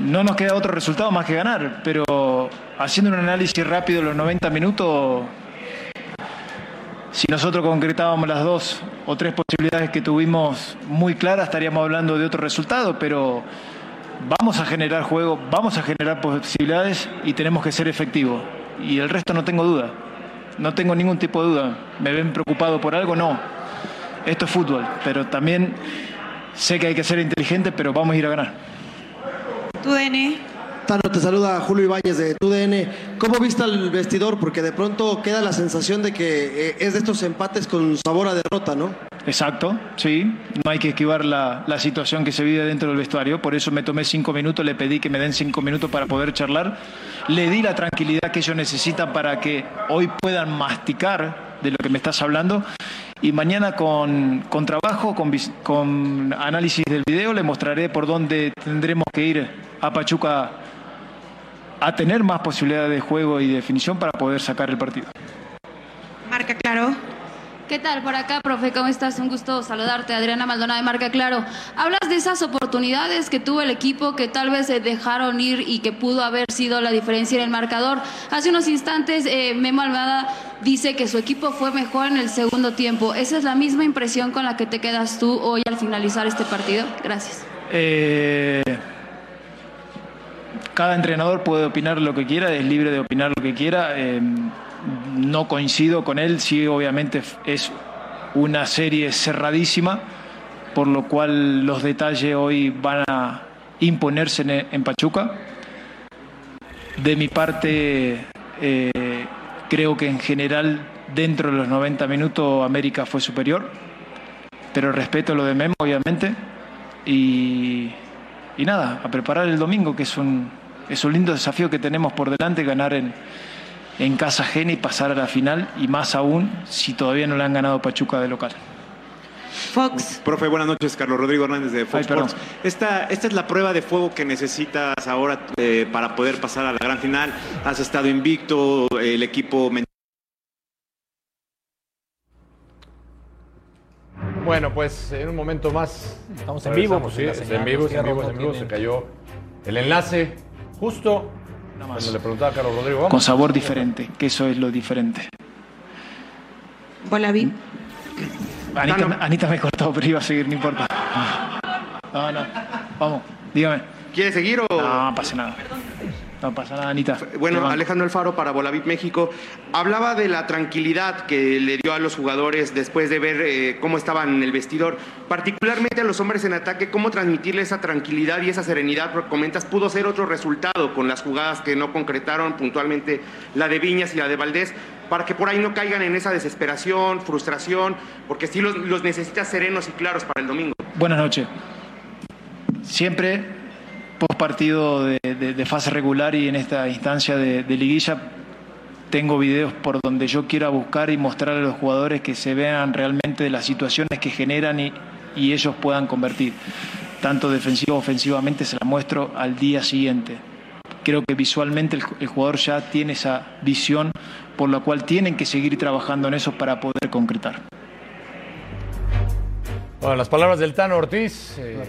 No nos queda otro resultado más que ganar, pero haciendo un análisis rápido de los 90 minutos, si nosotros concretábamos las dos o tres posibilidades que tuvimos muy claras, estaríamos hablando de otro resultado, pero vamos a generar juego, vamos a generar posibilidades y tenemos que ser efectivos. Y el resto no tengo duda, no tengo ningún tipo de duda. ¿Me ven preocupado por algo? No. Esto es fútbol, pero también Sé que hay que ser inteligente, pero vamos a ir a ganar.
Tu DN,
Tano, te saluda Julio Ibáñez de TUDN. ¿Cómo viste el vestidor? Porque de pronto queda la sensación de que eh, es de estos empates con sabor a derrota, ¿no?
Exacto, sí. No hay que esquivar la, la situación que se vive dentro del vestuario. Por eso me tomé cinco minutos, le pedí que me den cinco minutos para poder charlar. Le di la tranquilidad que ellos necesitan para que hoy puedan masticar de lo que me estás hablando. Y mañana con, con trabajo, con, vis- con análisis del video, le mostraré por dónde tendremos que ir a Pachuca a tener más posibilidades de juego y definición para poder sacar el partido.
marca claro.
¿Qué tal por acá, profe? ¿Cómo estás? Un gusto saludarte, Adriana Maldonado de Marca Claro. Hablas de esas oportunidades que tuvo el equipo que tal vez se dejaron ir y que pudo haber sido la diferencia en el marcador. Hace unos instantes eh, Memo Almada dice que su equipo fue mejor en el segundo tiempo. ¿Esa es la misma impresión con la que te quedas tú hoy al finalizar este partido? Gracias.
Eh, cada entrenador puede opinar lo que quiera, es libre de opinar lo que quiera. eh, no coincido con él, sí, obviamente f- es una serie cerradísima, por lo cual los detalles hoy van a imponerse en, en Pachuca. De mi parte, eh, creo que en general dentro de los 90 minutos América fue superior, pero respeto lo de Memo, obviamente, y, y nada, a preparar el domingo, que es un, es un lindo desafío que tenemos por delante, ganar en, en casa ajena y pasar a la final, y más aún si todavía no le han ganado Pachuca de local.
Fox.
Profe, buenas noches, Carlos Rodrigo Hernández de Fox
Ay, perdón.
Sports. Esta, esta es la prueba de fuego que necesitas ahora eh, para poder pasar a la gran final. Has estado invicto, el equipo men-
Bueno, pues en un momento más.
Estamos en vivo,
regresamos,
pues,
sí,
en la
es en
señal,
vivo,
los
es en vivo,
fierros
es en
no
vivo. Se
tienen-
cayó el enlace justo cuando le preguntaba a Carlos Rodrigo.
Con
Vamos.
sabor diferente, que eso es lo diferente.
Bola VIP.
Anita, Anita me cortó, pero iba a seguir, no importa. No, no. Vamos, dígame.
¿Quieres seguir o...?
No pasa nada. No pasa nada, Anita. Te
Oh. Bueno,
banco.
Alejandro Alfaro para Bolavip México. Hablaba de la tranquilidad que le dio a los jugadores después de ver eh, cómo estaban en el vestidor, particularmente a los hombres en ataque, cómo transmitirle esa tranquilidad y esa serenidad, porque comentas, pudo ser otro resultado con las jugadas que no concretaron puntualmente la de Viñas y la de Valdés, para que por ahí no caigan en esa desesperación, frustración, porque sí los, los necesitas serenos y claros para el domingo.
Buenas noches. Siempre, post partido de, de- de fase regular y en esta instancia de, de liguilla, tengo videos por donde yo quiera buscar y mostrar a los jugadores que se vean realmente de las situaciones que generan y, y ellos puedan convertir. Tanto defensivo ofensivamente se la muestro al día siguiente. Creo que visualmente el, ju- el jugador ya tiene esa visión por la cual tienen que seguir trabajando en eso para poder concretar.
Bueno, las palabras del Tano Ortiz, eh,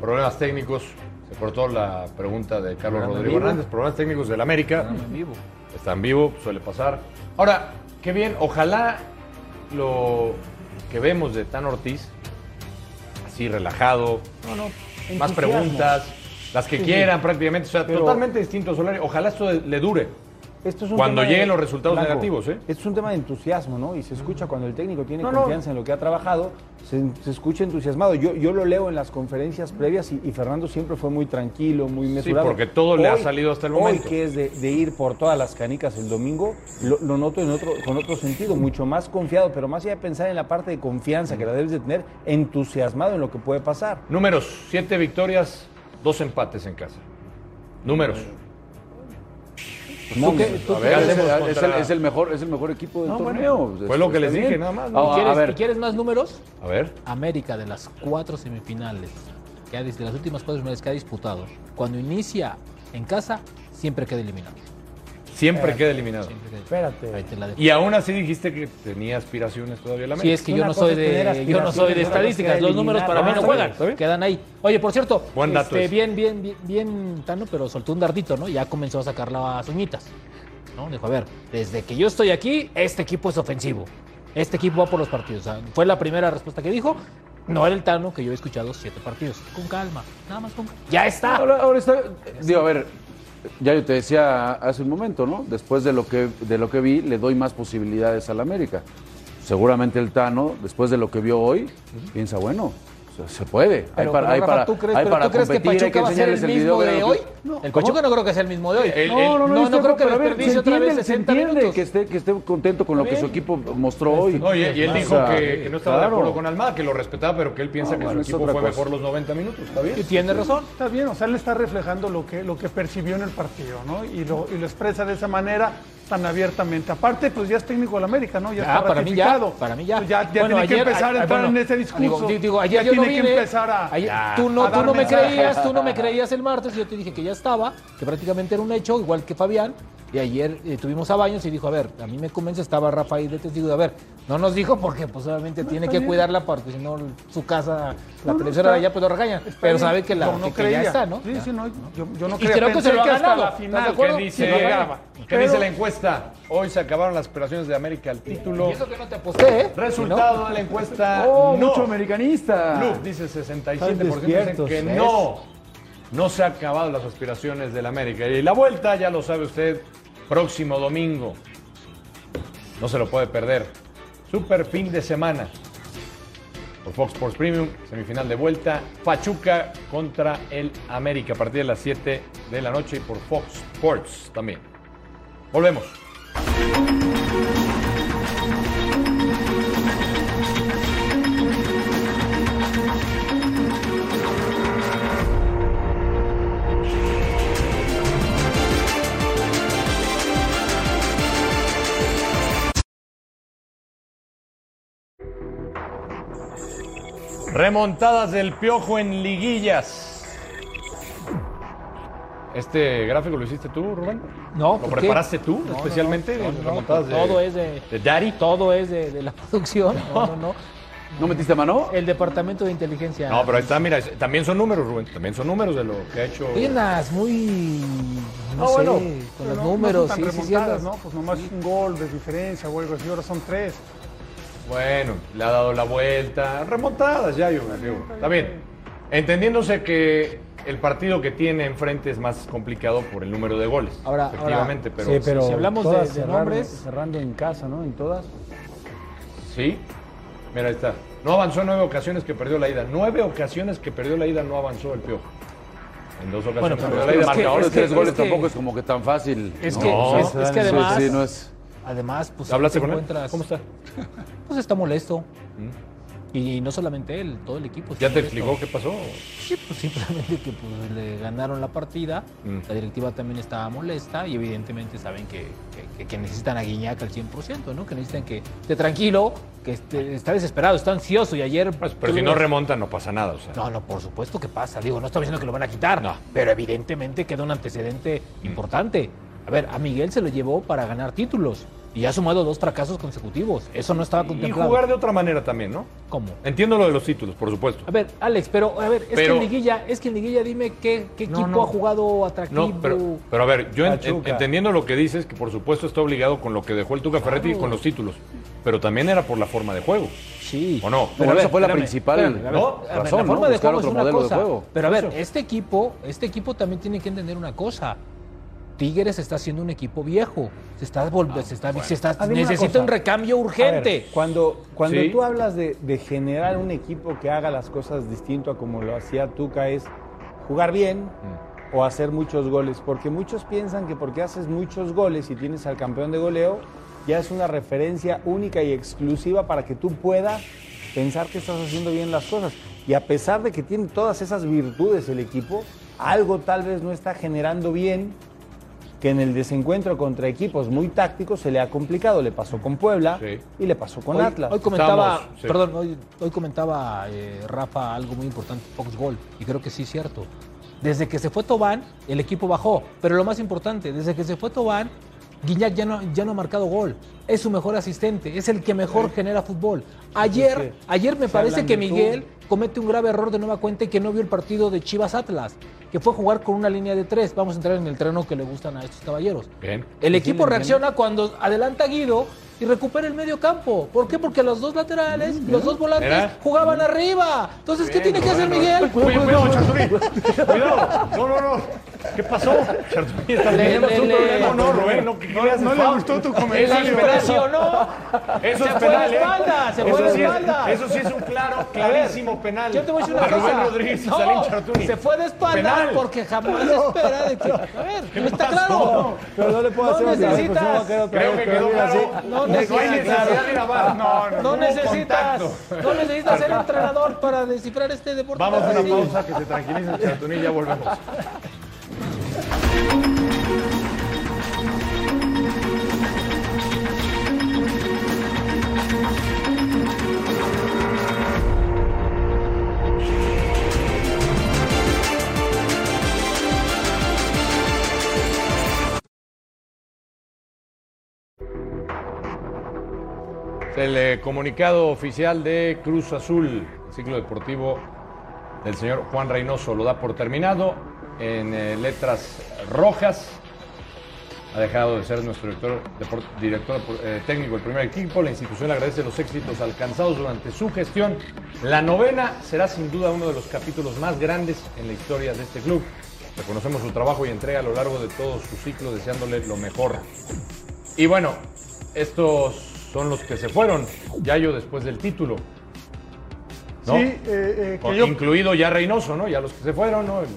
problemas técnicos. Se cortó la pregunta de Carlos
Programa en
Rodrigo
vivo.
Hernández, problemas técnicos del América. Está en vivo, suele pasar. Ahora, qué bien, ojalá lo que vemos de Tan Ortiz, así relajado, más
Entusiasmo.
preguntas, las que
Sí, sí.
quieran prácticamente, o sea,
Pero-
totalmente distinto a Solari. Ojalá esto le dure.
Esto es un
Cuando
tema
lleguen los resultados negativos, ¿eh?
Esto es un tema de entusiasmo, ¿no? Y se escucha cuando el técnico tiene
No, no.
confianza en lo que ha trabajado, se, se escucha entusiasmado. Yo, yo lo leo en las conferencias previas y, y Fernando siempre fue muy tranquilo, muy mesurado.
porque todo le ha salido hasta el momento.
Hoy que es de, de ir por todas las canicas el domingo, lo, lo noto en otro, con otro sentido, mucho más confiado, pero más allá de pensar en la parte de confianza que la debes de tener, entusiasmado en lo que puede pasar.
Números, siete victorias, dos empates en casa. Números.
No,
qué?
pues,
a ver,
es,
hacemos
es el,
contra-
es el mejor, es el mejor equipo del
No, bueno.
torneo.
Fue lo que
pues Está
les dije,
bien.
nada más,
¿Y
¿no?
Ah,
quieres,
a ver,
y quieres más números?
A ver.
América de las cuatro semifinales, que ha, dis- de las últimas cuatro semifinales que ha disputado, cuando inicia en casa, siempre queda eliminado.
Eh.
Siempre queda eliminado.
Siempre queda-
Espérate.
Ahí te la dejo.
Y aún así dijiste que tenía aspiraciones todavía la
Si
América.
es que yo
Una
no,
cosa
soy
es tener
de, yo no soy de
aspiraciones, otra cosa es
estadísticas,
quedar
los números para mí
eliminado.
no
Ah,
juegan,
está bien, está
quedan ahí. Oye, por cierto,
Buen dato
este,
ese.
bien, bien, bien, bien, Tano, pero soltó un dardito, ¿no? Ya comenzó a sacar las uñitas, ¿no? Dijo, a ver, desde que yo estoy aquí, este equipo es ofensivo, este equipo va por los partidos. O sea, fue la primera respuesta que dijo, no era el Tano que yo he escuchado siete partidos. Con calma, nada más con calma. ¡Ya está!
Ahora, ahora está. Digo, a ver, ya yo te decía hace un momento, ¿no? Después de lo que, de lo que vi, le doy más posibilidades al América. Seguramente el Tano, después de lo que vio hoy, piensa, bueno, se, se puede.
Pero,
hay para,
pero,
hay
Rafa,
para,
¿tú crees,
hay
pero
para
tú crees que
competir, hay
Pachuca va a ser
enseñarles
el mismo
video
de
lo
hoy?
que-
el Pachuca no creo que sea el mismo de hoy.
El-
no,
el-
no, no, no, creo que lo desperdicie otra vez
se
60
entiende
minutos.
que esté, que esté contento con lo que su equipo mostró hoy.
No, y, y él
O
dijo
sea,
que, que no estaba
ah, claro.
de acuerdo con Almada, que lo respetaba, pero que él piensa
Ah,
que
bueno, es
su equipo
otra
fue
cosa.
mejor los 90 minutos. ¿Está bien?
Y tiene razón.
Está bien, o sea, él está reflejando lo que, lo que percibió en el partido, ¿no? Y lo, y lo expresa de esa manera tan abiertamente. Aparte, pues ya es técnico del América, ¿no? Ya,
Ya,
está
Ah, para mí ya,
ratificado.
para mí ya.
Pues ya, ya
Bueno,
tiene que
ayer-
empezar
a-
a
a-
entrar
bueno,
en ese discurso.
Digo, digo, ayer
ya
yo
tiene
lo vi
que
de-
empezar a...
ayer-
Ya.
tú no,
a
tú
dar
no me
mensajes.
creías, tú no me creías el martes, yo te dije que ya estaba, que prácticamente era un hecho, igual que Fabián. Y ayer eh, tuvimos a Baños y dijo, a ver, a mí me convence, estaba Rafa ahí de testigo, a ver, no nos dijo porque pues obviamente tiene que cuidarla porque si no su casa, la
No, no,
televisora de
está-
allá pues lo regañan,
está
pero
bien.
sabe que, la,
Yo no
que- que ya
creía.
está, ¿no?
Sí,
Ya.
sí, no, yo, yo no
Y creo que
Pensé
se lo ha
hasta
ganado.
la
¿Estás de
final.
¿Qué
acuerdo?
dice,
Sí, lo
ganaba.
¿Qué
Pero-
dice la encuesta? Hoy se acabaron las operaciones de América al título.
Y eso que no te aposté, ¿eh?
Resultado de la encuesta.
Oh,
no.
mucho americanista.
Club dice 67%
Están
dicen
despiertos, ¿eh?
que
¿ves?
no. No se han acabado las aspiraciones del América. Y la vuelta, ya lo sabe usted, próximo domingo. No se lo puede perder. Super fin de semana. por Fox Sports Premium. Semifinal de vuelta. Pachuca contra el América a partir de las 7 de la noche y por Fox Sports también. Volvemos. Remontadas del piojo en liguillas. ¿Este gráfico lo hiciste tú, Rubén?
No,
¿Lo
¿por qué?
preparaste tú
No, no, no.
especialmente?
No, no, no,
remontadas de,
todo es de-
de Daddy.
Todo es de, de la [laughs] producción. No, no, no.
¿No metiste mano?
El departamento de inteligencia.
No, pero ahí está, mira, es- también son números, Rubén. También son números de lo que ha hecho.
Oye, andas muy. No,
Ah,
sé,
bueno,
con
pero
los
no- no son
números.
tan
sí, sí, sí,
remontadas,
andas-
¿no? Pues nomás un gol de diferencia o algo así, ahora son tres.
Bueno, le ha dado la vuelta. Remontadas ya, yo creo. Está bien. Entendiéndose que el partido que tiene enfrente es más complicado por el número de goles.
Ahora- ahora-
efectivamente, pero.
Sí, pero
si hablamos de-
todas
de
cerraron-
nombres-
cerrando en casa, ¿no? En todas.
Sí. Mira, ahí está. No avanzó en nueve ocasiones que perdió la ida. Nueve ocasiones que perdió la ida no avanzó el piojo. En dos ocasiones
Bueno, pero
perdió
es
la
que-
ida.
El marcador
es
de tres
que-
goles
es que-
tampoco es como que tan fácil.
Es
¿no?
que, pues,
No,
es, es que
Sí,
además.
sí, no es.
Además, pues.
¿Hablaste
te
con él?
encuentras-
¿Cómo está?
Pues está molesto. Y no solamente él, todo el equipo.
¿Ya
está
te
molesto.
explicó qué pasó?
Sí, pues simplemente que pues, le ganaron la partida,
Mm.
la directiva también estaba molesta y evidentemente saben que, que- que- que necesitan a Guiñac al 100%, ¿no? Que necesitan que esté tranquilo, que esté- está desesperado, está ansioso y ayer...
Pues, pero si no
tuvimos-
remonta, no pasa nada. O sea.
No, no, por supuesto que pasa. Digo, no estamos diciendo que lo van a quitar,
No.
pero evidentemente queda un antecedente importante. A ver, a Miguel se lo llevó para ganar títulos y ha sumado dos fracasos consecutivos. Eso no estaba
Y
contemplado.
jugar de otra manera también, ¿no?
¿Cómo?
Entiendo lo de los títulos, por supuesto.
A ver, Alex, pero a ver, es
Pero-
que en Liguilla, es que en Liguilla dime qué, qué
No,
equipo
no.
ha jugado atractivo.
No, pero, pero a ver, yo en- en-
Pachuca.
entendiendo lo que dices, que por supuesto está obligado con lo que dejó el Tuca Ferretti y con los títulos, pero también era por la forma de juego,
Sí.
¿o no?
Pero
a
esa fue la
espérame,
principal
espérame, a ver,
¿no?
a ver,
razón,
la
¿no?
forma de
Buscar
juego es
otro
una
modelo de
cosa.
juego.
Pero a ver, este equipo, este equipo también tiene que entender una cosa. Tigres está siendo un equipo viejo. Se está volviendo, se está, se está-
Ah, dime una
necesita
cosa.
un recambio
A ver,
urgente.
cuando cuando
Sí.
tú hablas de, de generar un equipo que haga las cosas distinto a como lo hacía Tuca, es jugar bien o hacer muchos goles. Porque muchos piensan que porque haces muchos goles y tienes al campeón de goleo, ya es una referencia única y exclusiva para que tú puedas pensar que estás haciendo bien las cosas. Y a pesar de que tiene todas esas virtudes el equipo, algo tal vez no está generando bien que en el desencuentro contra equipos muy tácticos se le ha complicado. Le pasó con Puebla
Sí.
y le pasó con
Hoy,
Atlas.
hoy comentaba,
Estamos, sí.
perdón, hoy, hoy comentaba eh, Rafa algo muy importante, Fox Gol, y creo que sí es cierto. Desde que se fue Tobán, el equipo bajó, pero lo más importante, desde que se fue Tobán, Guiñac ya no, ya no ha marcado gol. Es su mejor asistente, es el que mejor genera fútbol. Ayer,
sí.
ayer me
Se
parece
hablan
que
de todo.
Miguel comete un grave error de nueva cuenta y que no vio el partido de Chivas Atlas, que fue jugar con una línea de tres. Vamos a entrar en el terreno que le gustan a estos caballeros.
Pues Bien.
El equipo reacciona cuando adelanta Guido y recupera el medio campo. ¿Por qué? Porque los dos laterales, los dos volantes
Mm, Mira.
jugaban arriba. Entonces, ¿qué tiene que hacer Miguel?
Oye, cuidado, Charturí. Cuidado. No, no, no. ¿Qué pasó? Charturí, estás
Le-
teniendo
le-
un
le-
problema. No, no, Rubén, no, que
No,
querías
no
es
le
foul.
gustó tu
Se
comentario.
impresionó.
Eso
Se
es
fue la
penal, ¿eh?
espalda, se fue
Eso
la
sí es-
espalda.
Eso sí es un claro, clarísimo penal.
Yo te voy a decir
de
una
Rubén
cosa.
Rodríguez y
No,
Salim Charturí.
se fue de espalda
Penal.
porque jamás espera de que. A ver, no está claro.
Pero no le puedo
No
hacer una
necesitas.
discusión, va a quedar otra
Creo
vez,
que
pero
quedó
mira,
claro.
sí.
No
No hay
necesitas.
necesidad de ir a VAR.
No, no,
No
Hubo
necesitas,
contacto.
no necesitas ser entrenador para descifrar este deporte.
Vamos a una
Sí.
pausa que se tranquilice el Charturí y ya volvemos. El eh, comunicado oficial de Cruz Azul, el ciclo deportivo del señor Juan Reynoso lo da por terminado en eh, letras rojas. Ha dejado de ser nuestro director, depor- director eh, técnico del primer equipo. La institución agradece los éxitos alcanzados durante su gestión. La novena será sin duda uno de los capítulos más grandes en la historia de este club. Reconocemos su trabajo y entrega a lo largo de todo su ciclo, deseándole lo mejor. Y bueno, estos son los que se fueron. Yayo después del título. ¿no?
Sí, eh, eh,
Con-
que yo-
Incluido ya Reynoso, ¿no? Ya los que se fueron, ¿no? El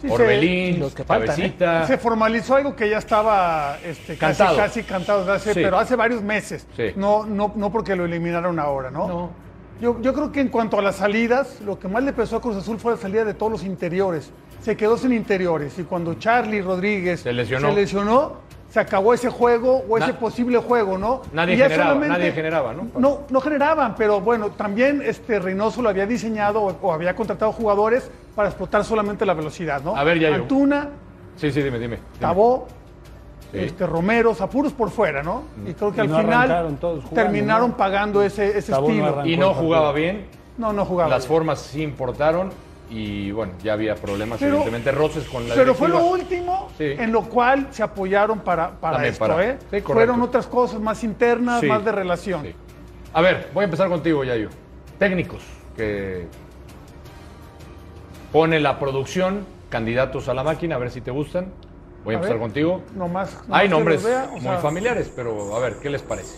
Sí,
Orbelín,
se-
los que Cabecita.
Se formalizó algo que ya estaba este, casi-
Cantado.
Casi, cantado, desde hace-
Sí.
pero hace varios meses.
Sí.
No, no, no porque lo eliminaron ahora, ¿no? Yo, yo creo que en cuanto a las salidas, lo que más le pesó a Cruz Azul fue la salida de todos los interiores. Se quedó sin interiores. Y cuando Charlie Rodríguez
Se lesionó.
se, lesionó, se acabó ese juego o ese
Na-
posible juego, ¿no?
Nadie
Y ya
generaba,
solamente-
nadie generaba, ¿no?
no, no generaban, pero bueno, también este Reynoso lo había diseñado o, o había contratado jugadores para explotar solamente la velocidad, ¿no?
A ver, Yayo.
Antuna,
Sí, sí, dime, dime. dime.
Tabó,
Sí. Mm.
este, Romero, Zapuros por fuera, ¿no? Y creo que
Y
al
no
final
arrancaron todos jugando,
terminaron
¿no?
pagando ese, ese
Tabó no
estilo.
arrancó
Y no
el
jugaba
partido.
bien,
no, no jugaba.
las
bien.
formas sí importaron y bueno, ya había problemas,
Pero-
evidentemente, roces con la
Pero fue lo
directiva.
último
Sí.
en lo cual se apoyaron para, para
También
esto,
para-
¿eh?
sí, correcto.
Fueron otras cosas más internas,
Sí.
más de relación.
Sí. A ver, voy a empezar contigo, Yayo. Técnicos que pone la producción, candidatos a la máquina, a ver si te gustan. Voy a,
A
empezar
ver.
contigo.
Nomás, nomás
Hay
que los
nombres
vea, o
muy
sea,
familiares, pero a ver, ¿qué les parece?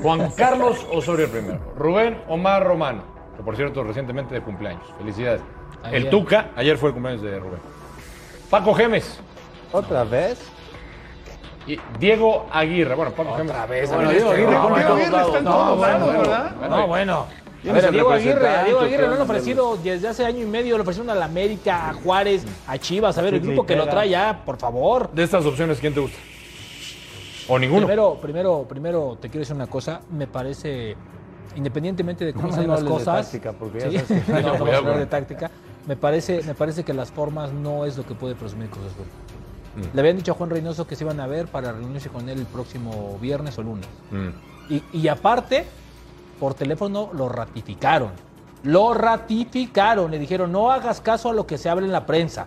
Juan Carlos Osorio el primero, Rubén Omar Romano, que por cierto recientemente de cumpleaños. Felicidades.
Ayer.
El Tuca, ayer fue el cumpleaños de Rubén. Paco Gemes
¿Otra vez?
y Diego Aguirre. Bueno, Paco Gemes.
Bueno, Diego Aguirre,
Diego
¿cómo
Aguirre
está
está en
votado?
todos lados,
bueno,
¿verdad?
No, bueno. A
¿Quién
ver,
es
a
el
Diego Aguirre, a
representante
Diego
que
Aguirre lo han
hablan de
ofrecido desde hace año y medio, lo ofrecieron a la América, a Juárez, a Chivas, a ver, el
Sí,
grupo que lo
Tejera.
trae ya, por favor.
De estas opciones, ¿quién te gusta? O ninguno.
Primero, primero, primero te quiero decir una cosa, me parece, independientemente de cómo
No me
sean las
hables de
cosas.
táctica, porque ya
Sí,
sabes
[laughs] no, no vamos a
Cuidado,
hablar de
güey.
táctica. Me parece, me parece que las formas no es lo que puede presumir Cruz Azul. Le habían dicho a Juan Reynoso que se iban a ver para reunirse con él el próximo viernes o lunes.
Mm.
Y, y aparte, por teléfono lo ratificaron. Lo ratificaron. Le dijeron, no hagas caso a lo que se habla en la prensa.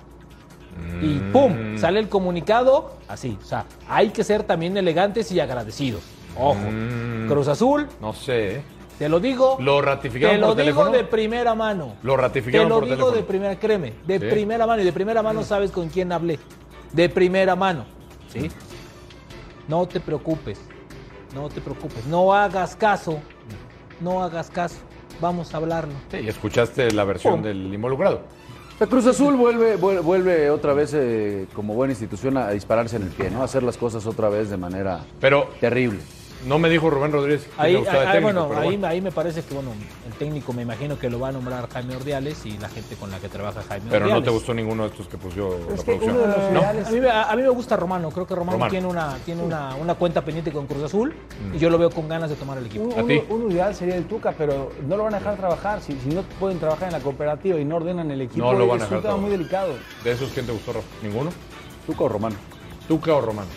Y
Mm.
pum, sale el comunicado así. O sea, hay que ser también elegantes y agradecidos. Ojo. Cruz Azul,
No sé. ¿eh?
te lo digo.
Mm. ¿Lo ratificaron
Te lo
por
digo
teléfono?
de primera mano.
Lo ratificaron
Te lo
por
digo
teléfono.
de primera, créeme, de
Sí.
primera mano. Y de primera mano sabes con quién hablé. De primera mano. ¿Sí? No te preocupes. No te preocupes. No hagas caso. No hagas caso. Vamos a hablarlo.
Sí, y escuchaste la versión del involucrado.
La Cruz Azul vuelve, vuel- vuelve otra vez eh, como buena institución a, a dispararse en el pie, ¿no? A hacer las cosas otra vez de manera
Pero
terrible.
no me dijo Rubén Rodríguez que
Ahí,
le gustaba de
ahí-
técnico,
bueno,
pero
ahí,
bueno.
ahí me parece que bueno, el técnico me imagino que lo va a nombrar Jaime Ordiales y la gente con la que trabaja Jaime
Pero no
Ordiales.
te gustó ninguno de estos que puso la
que
producción.
uno de los
¿No?
ideales-
A mí, me- a- a mí me gusta Romano, creo que Romano,
Romano. Mm.
tiene, una, tiene una, una cuenta pendiente con Cruz Azul y yo lo veo con ganas de tomar el equipo.
Un,
¿A
uno-
ti?
uno ideal sería el Tuca, pero no lo van a dejar trabajar. Si, si no pueden trabajar en la cooperativa y no ordenan el equipo,
No lo van a
es
dejar
un tema muy
trabajar.
delicado.
¿De esos quién te gustó, Rafa? ¿Ninguno?
Tuco Romano.
¿Tuca o Romano?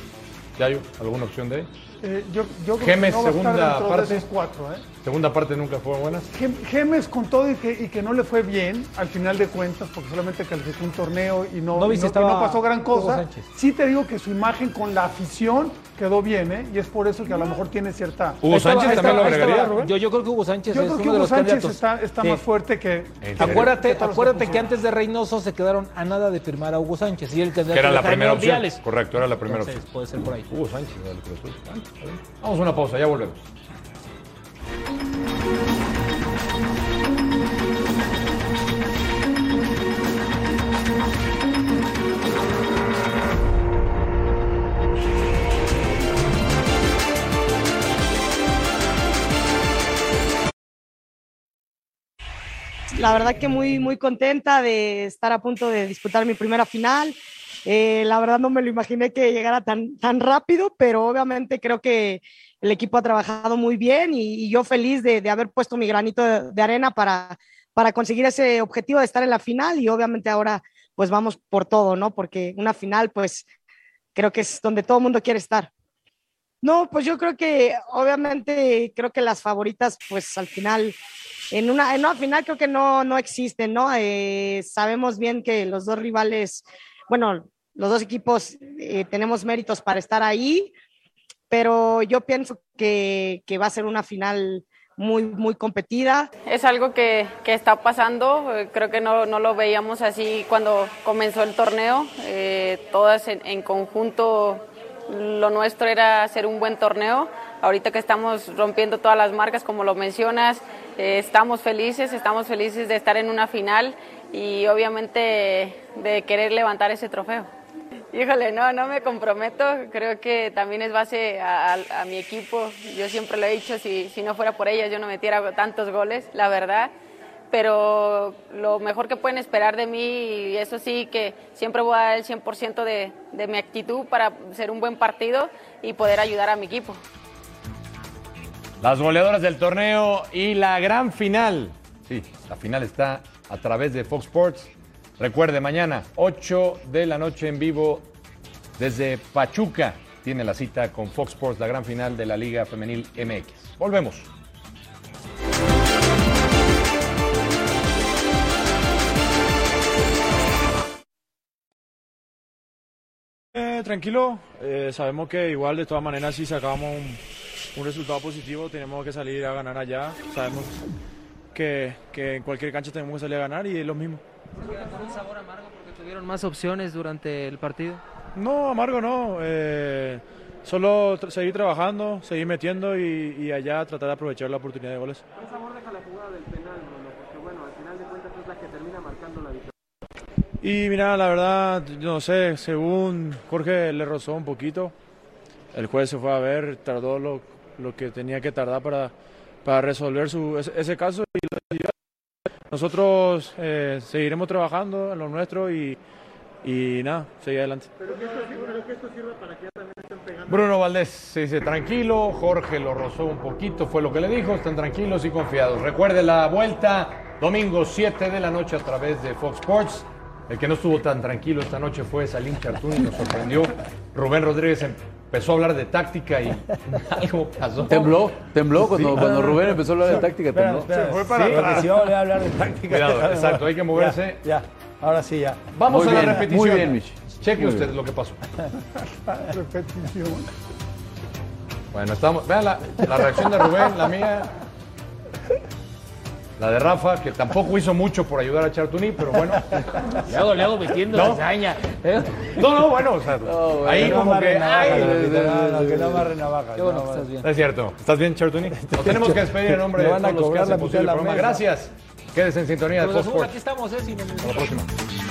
¿Yayo? ¿Alguna opción de ahí?
Eh, yo, yo creo
Gemes,
que no va a
segunda
estar dentro
parte.
de esos cuatro, ¿eh?
Segunda parte nunca fue buena.
Gem- Gemes con todo y que, y que no le fue bien al final de cuentas, porque solamente calificó un torneo y no,
No
y
viste,
no- y no
estaba
pasó gran
Hugo
cosa.
Sánchez.
Sí te digo que su imagen con la afición quedó bien, ¿eh? y es por eso que a lo mejor tiene cierta...
Hugo
Estaba-
Sánchez
estaba-
también lo
estaba-
agregaría, Rubén.
Yo, yo creo que Hugo Sánchez
Yo
es
creo
uno
que
de
Hugo
los
Sánchez
candidatos.
está, está
Sí.
más fuerte que...
serio?
Acuérdate,
todos los
acuérdate
otros.
que antes de Reynoso se quedaron a nada de firmar a Hugo Sánchez y el candidato
Que era
de
la
Jaime
primera opción.
Ordiales.
Correcto, era la primera
Entonces,
opción.
puede ser por ahí.
Hugo Sánchez, del Cruz Azul. Ah, está bien. Vamos a una pausa, ya volvemos.
la verdad que muy, muy contenta de estar a punto de disputar mi primera final. Eh, la verdad no me lo imaginé que llegara tan, tan rápido, pero obviamente creo que el equipo ha trabajado muy bien y, y yo feliz de, de haber puesto mi granito de, de arena para, para conseguir ese objetivo de estar en la final y obviamente ahora pues vamos por todo, ¿no? Porque una final pues creo que es donde todo el mundo quiere estar. No, pues yo creo que obviamente creo que las favoritas pues al final en una, en una final creo que no, no existen, ¿no? Eh, sabemos bien que los dos rivales, bueno, los dos equipos eh, tenemos méritos para estar ahí, pero yo pienso que, que va a ser una final muy, muy competida.
Es algo que, que está pasando, eh, creo que no, no lo veíamos así cuando comenzó el torneo, eh, todas en, en conjunto, lo nuestro era hacer un buen torneo, ahorita que estamos rompiendo todas las marcas como lo mencionas, Eh, estamos felices, estamos felices de estar en una final y obviamente de querer levantar ese trofeo. Híjole, no, no me comprometo, creo que también es base a, a- a mi equipo, yo siempre lo he dicho, si, si no fuera por ellas yo no metiera tantos goles, la verdad, pero lo mejor que pueden esperar de mí, y eso sí, que siempre voy a dar el 100% de, de mi actitud para ser un buen partido y poder ayudar a mi equipo.
Las goleadoras del torneo y la gran final. Sí, la final está a través de Fox Sports. Recuerde, mañana, 8 de la noche en vivo desde Pachuca. Tiene la cita con Fox Sports, la gran final de la Liga Femenil MX. Volvemos.
Eh, tranquilo, eh, sabemos que igual de todas maneras si sacamos un, un resultado positivo tenemos que salir a ganar allá, sabemos que, que en cualquier cancha tenemos que salir a ganar y es lo mismo.
un sabor amargo porque tuvieron más opciones durante el partido?
No, amargo no, eh, solo tra- seguir trabajando, seguir metiendo y, y allá tratar de aprovechar la oportunidad de goles.
¿Qué sabor deja la jugada del penal, Bruno? Porque bueno, al final de cuentas es la que termina marcando la victoria.
Y mira, la verdad, no sé, según Jorge le rozó un poquito, el juez se fue a ver, tardó lo, lo que tenía que tardar para, para resolver su, ese, ese caso. y lo decidió. nosotros eh, seguiremos trabajando en lo nuestro y, y nada, seguir adelante.
Pero que esto, pero que esto sirva para que ya también estén pegando.
Bruno Valdés se dice tranquilo, Jorge lo rozó un poquito, fue lo que le dijo, están tranquilos y confiados. Recuerde la vuelta, domingo 7 de la noche a través de Fox Sports. El que no estuvo tan tranquilo esta noche fue Salim Chartún y nos sorprendió. Rubén Rodríguez empezó a hablar de táctica y [laughs] algo pasó.
Tembló, tembló cuando,
Sí. Ah.
cuando Rubén empezó a hablar de
Sí.
táctica,
Espera,
tembló.
espera.
Se
fue para atrás.
Si va a volver a hablar [laughs] de táctica.
Cuidado,
déjame-
exacto, hay que moverse.
Ya, ya, ahora sí, ya.
Vamos a la repetición.
muy bien, Michi.
Cheque
Muy
usted
bien.
lo que pasó.
Repetición.
Bueno, estamos. Vean la, la reacción de Rubén, la mía. La de Rafa, que tampoco hizo mucho por ayudar a Chartuní, pero bueno.
Le hago, le hago metiendo
¿No?
lasaña.
No, no, bueno, o sea, ahí
no
como
amarre
que.
navajas,
Eh,
ay.
Lupita, no, no, que no amarre navajas,
Qué bueno
no
que estás
amarre.
bien. No es cierto. ¿Estás bien, Chartuní? Nos tenemos que despedir en nombre
Le
de
van a
todos los que
cobrar la
hacen
mitad
posible
de
el
la
programa.
mesa.
Gracias. Quédese en sintonía de
Cruz
Fox
Azul,
Sports.
aquí estamos, eh, sin-
Hasta la próxima.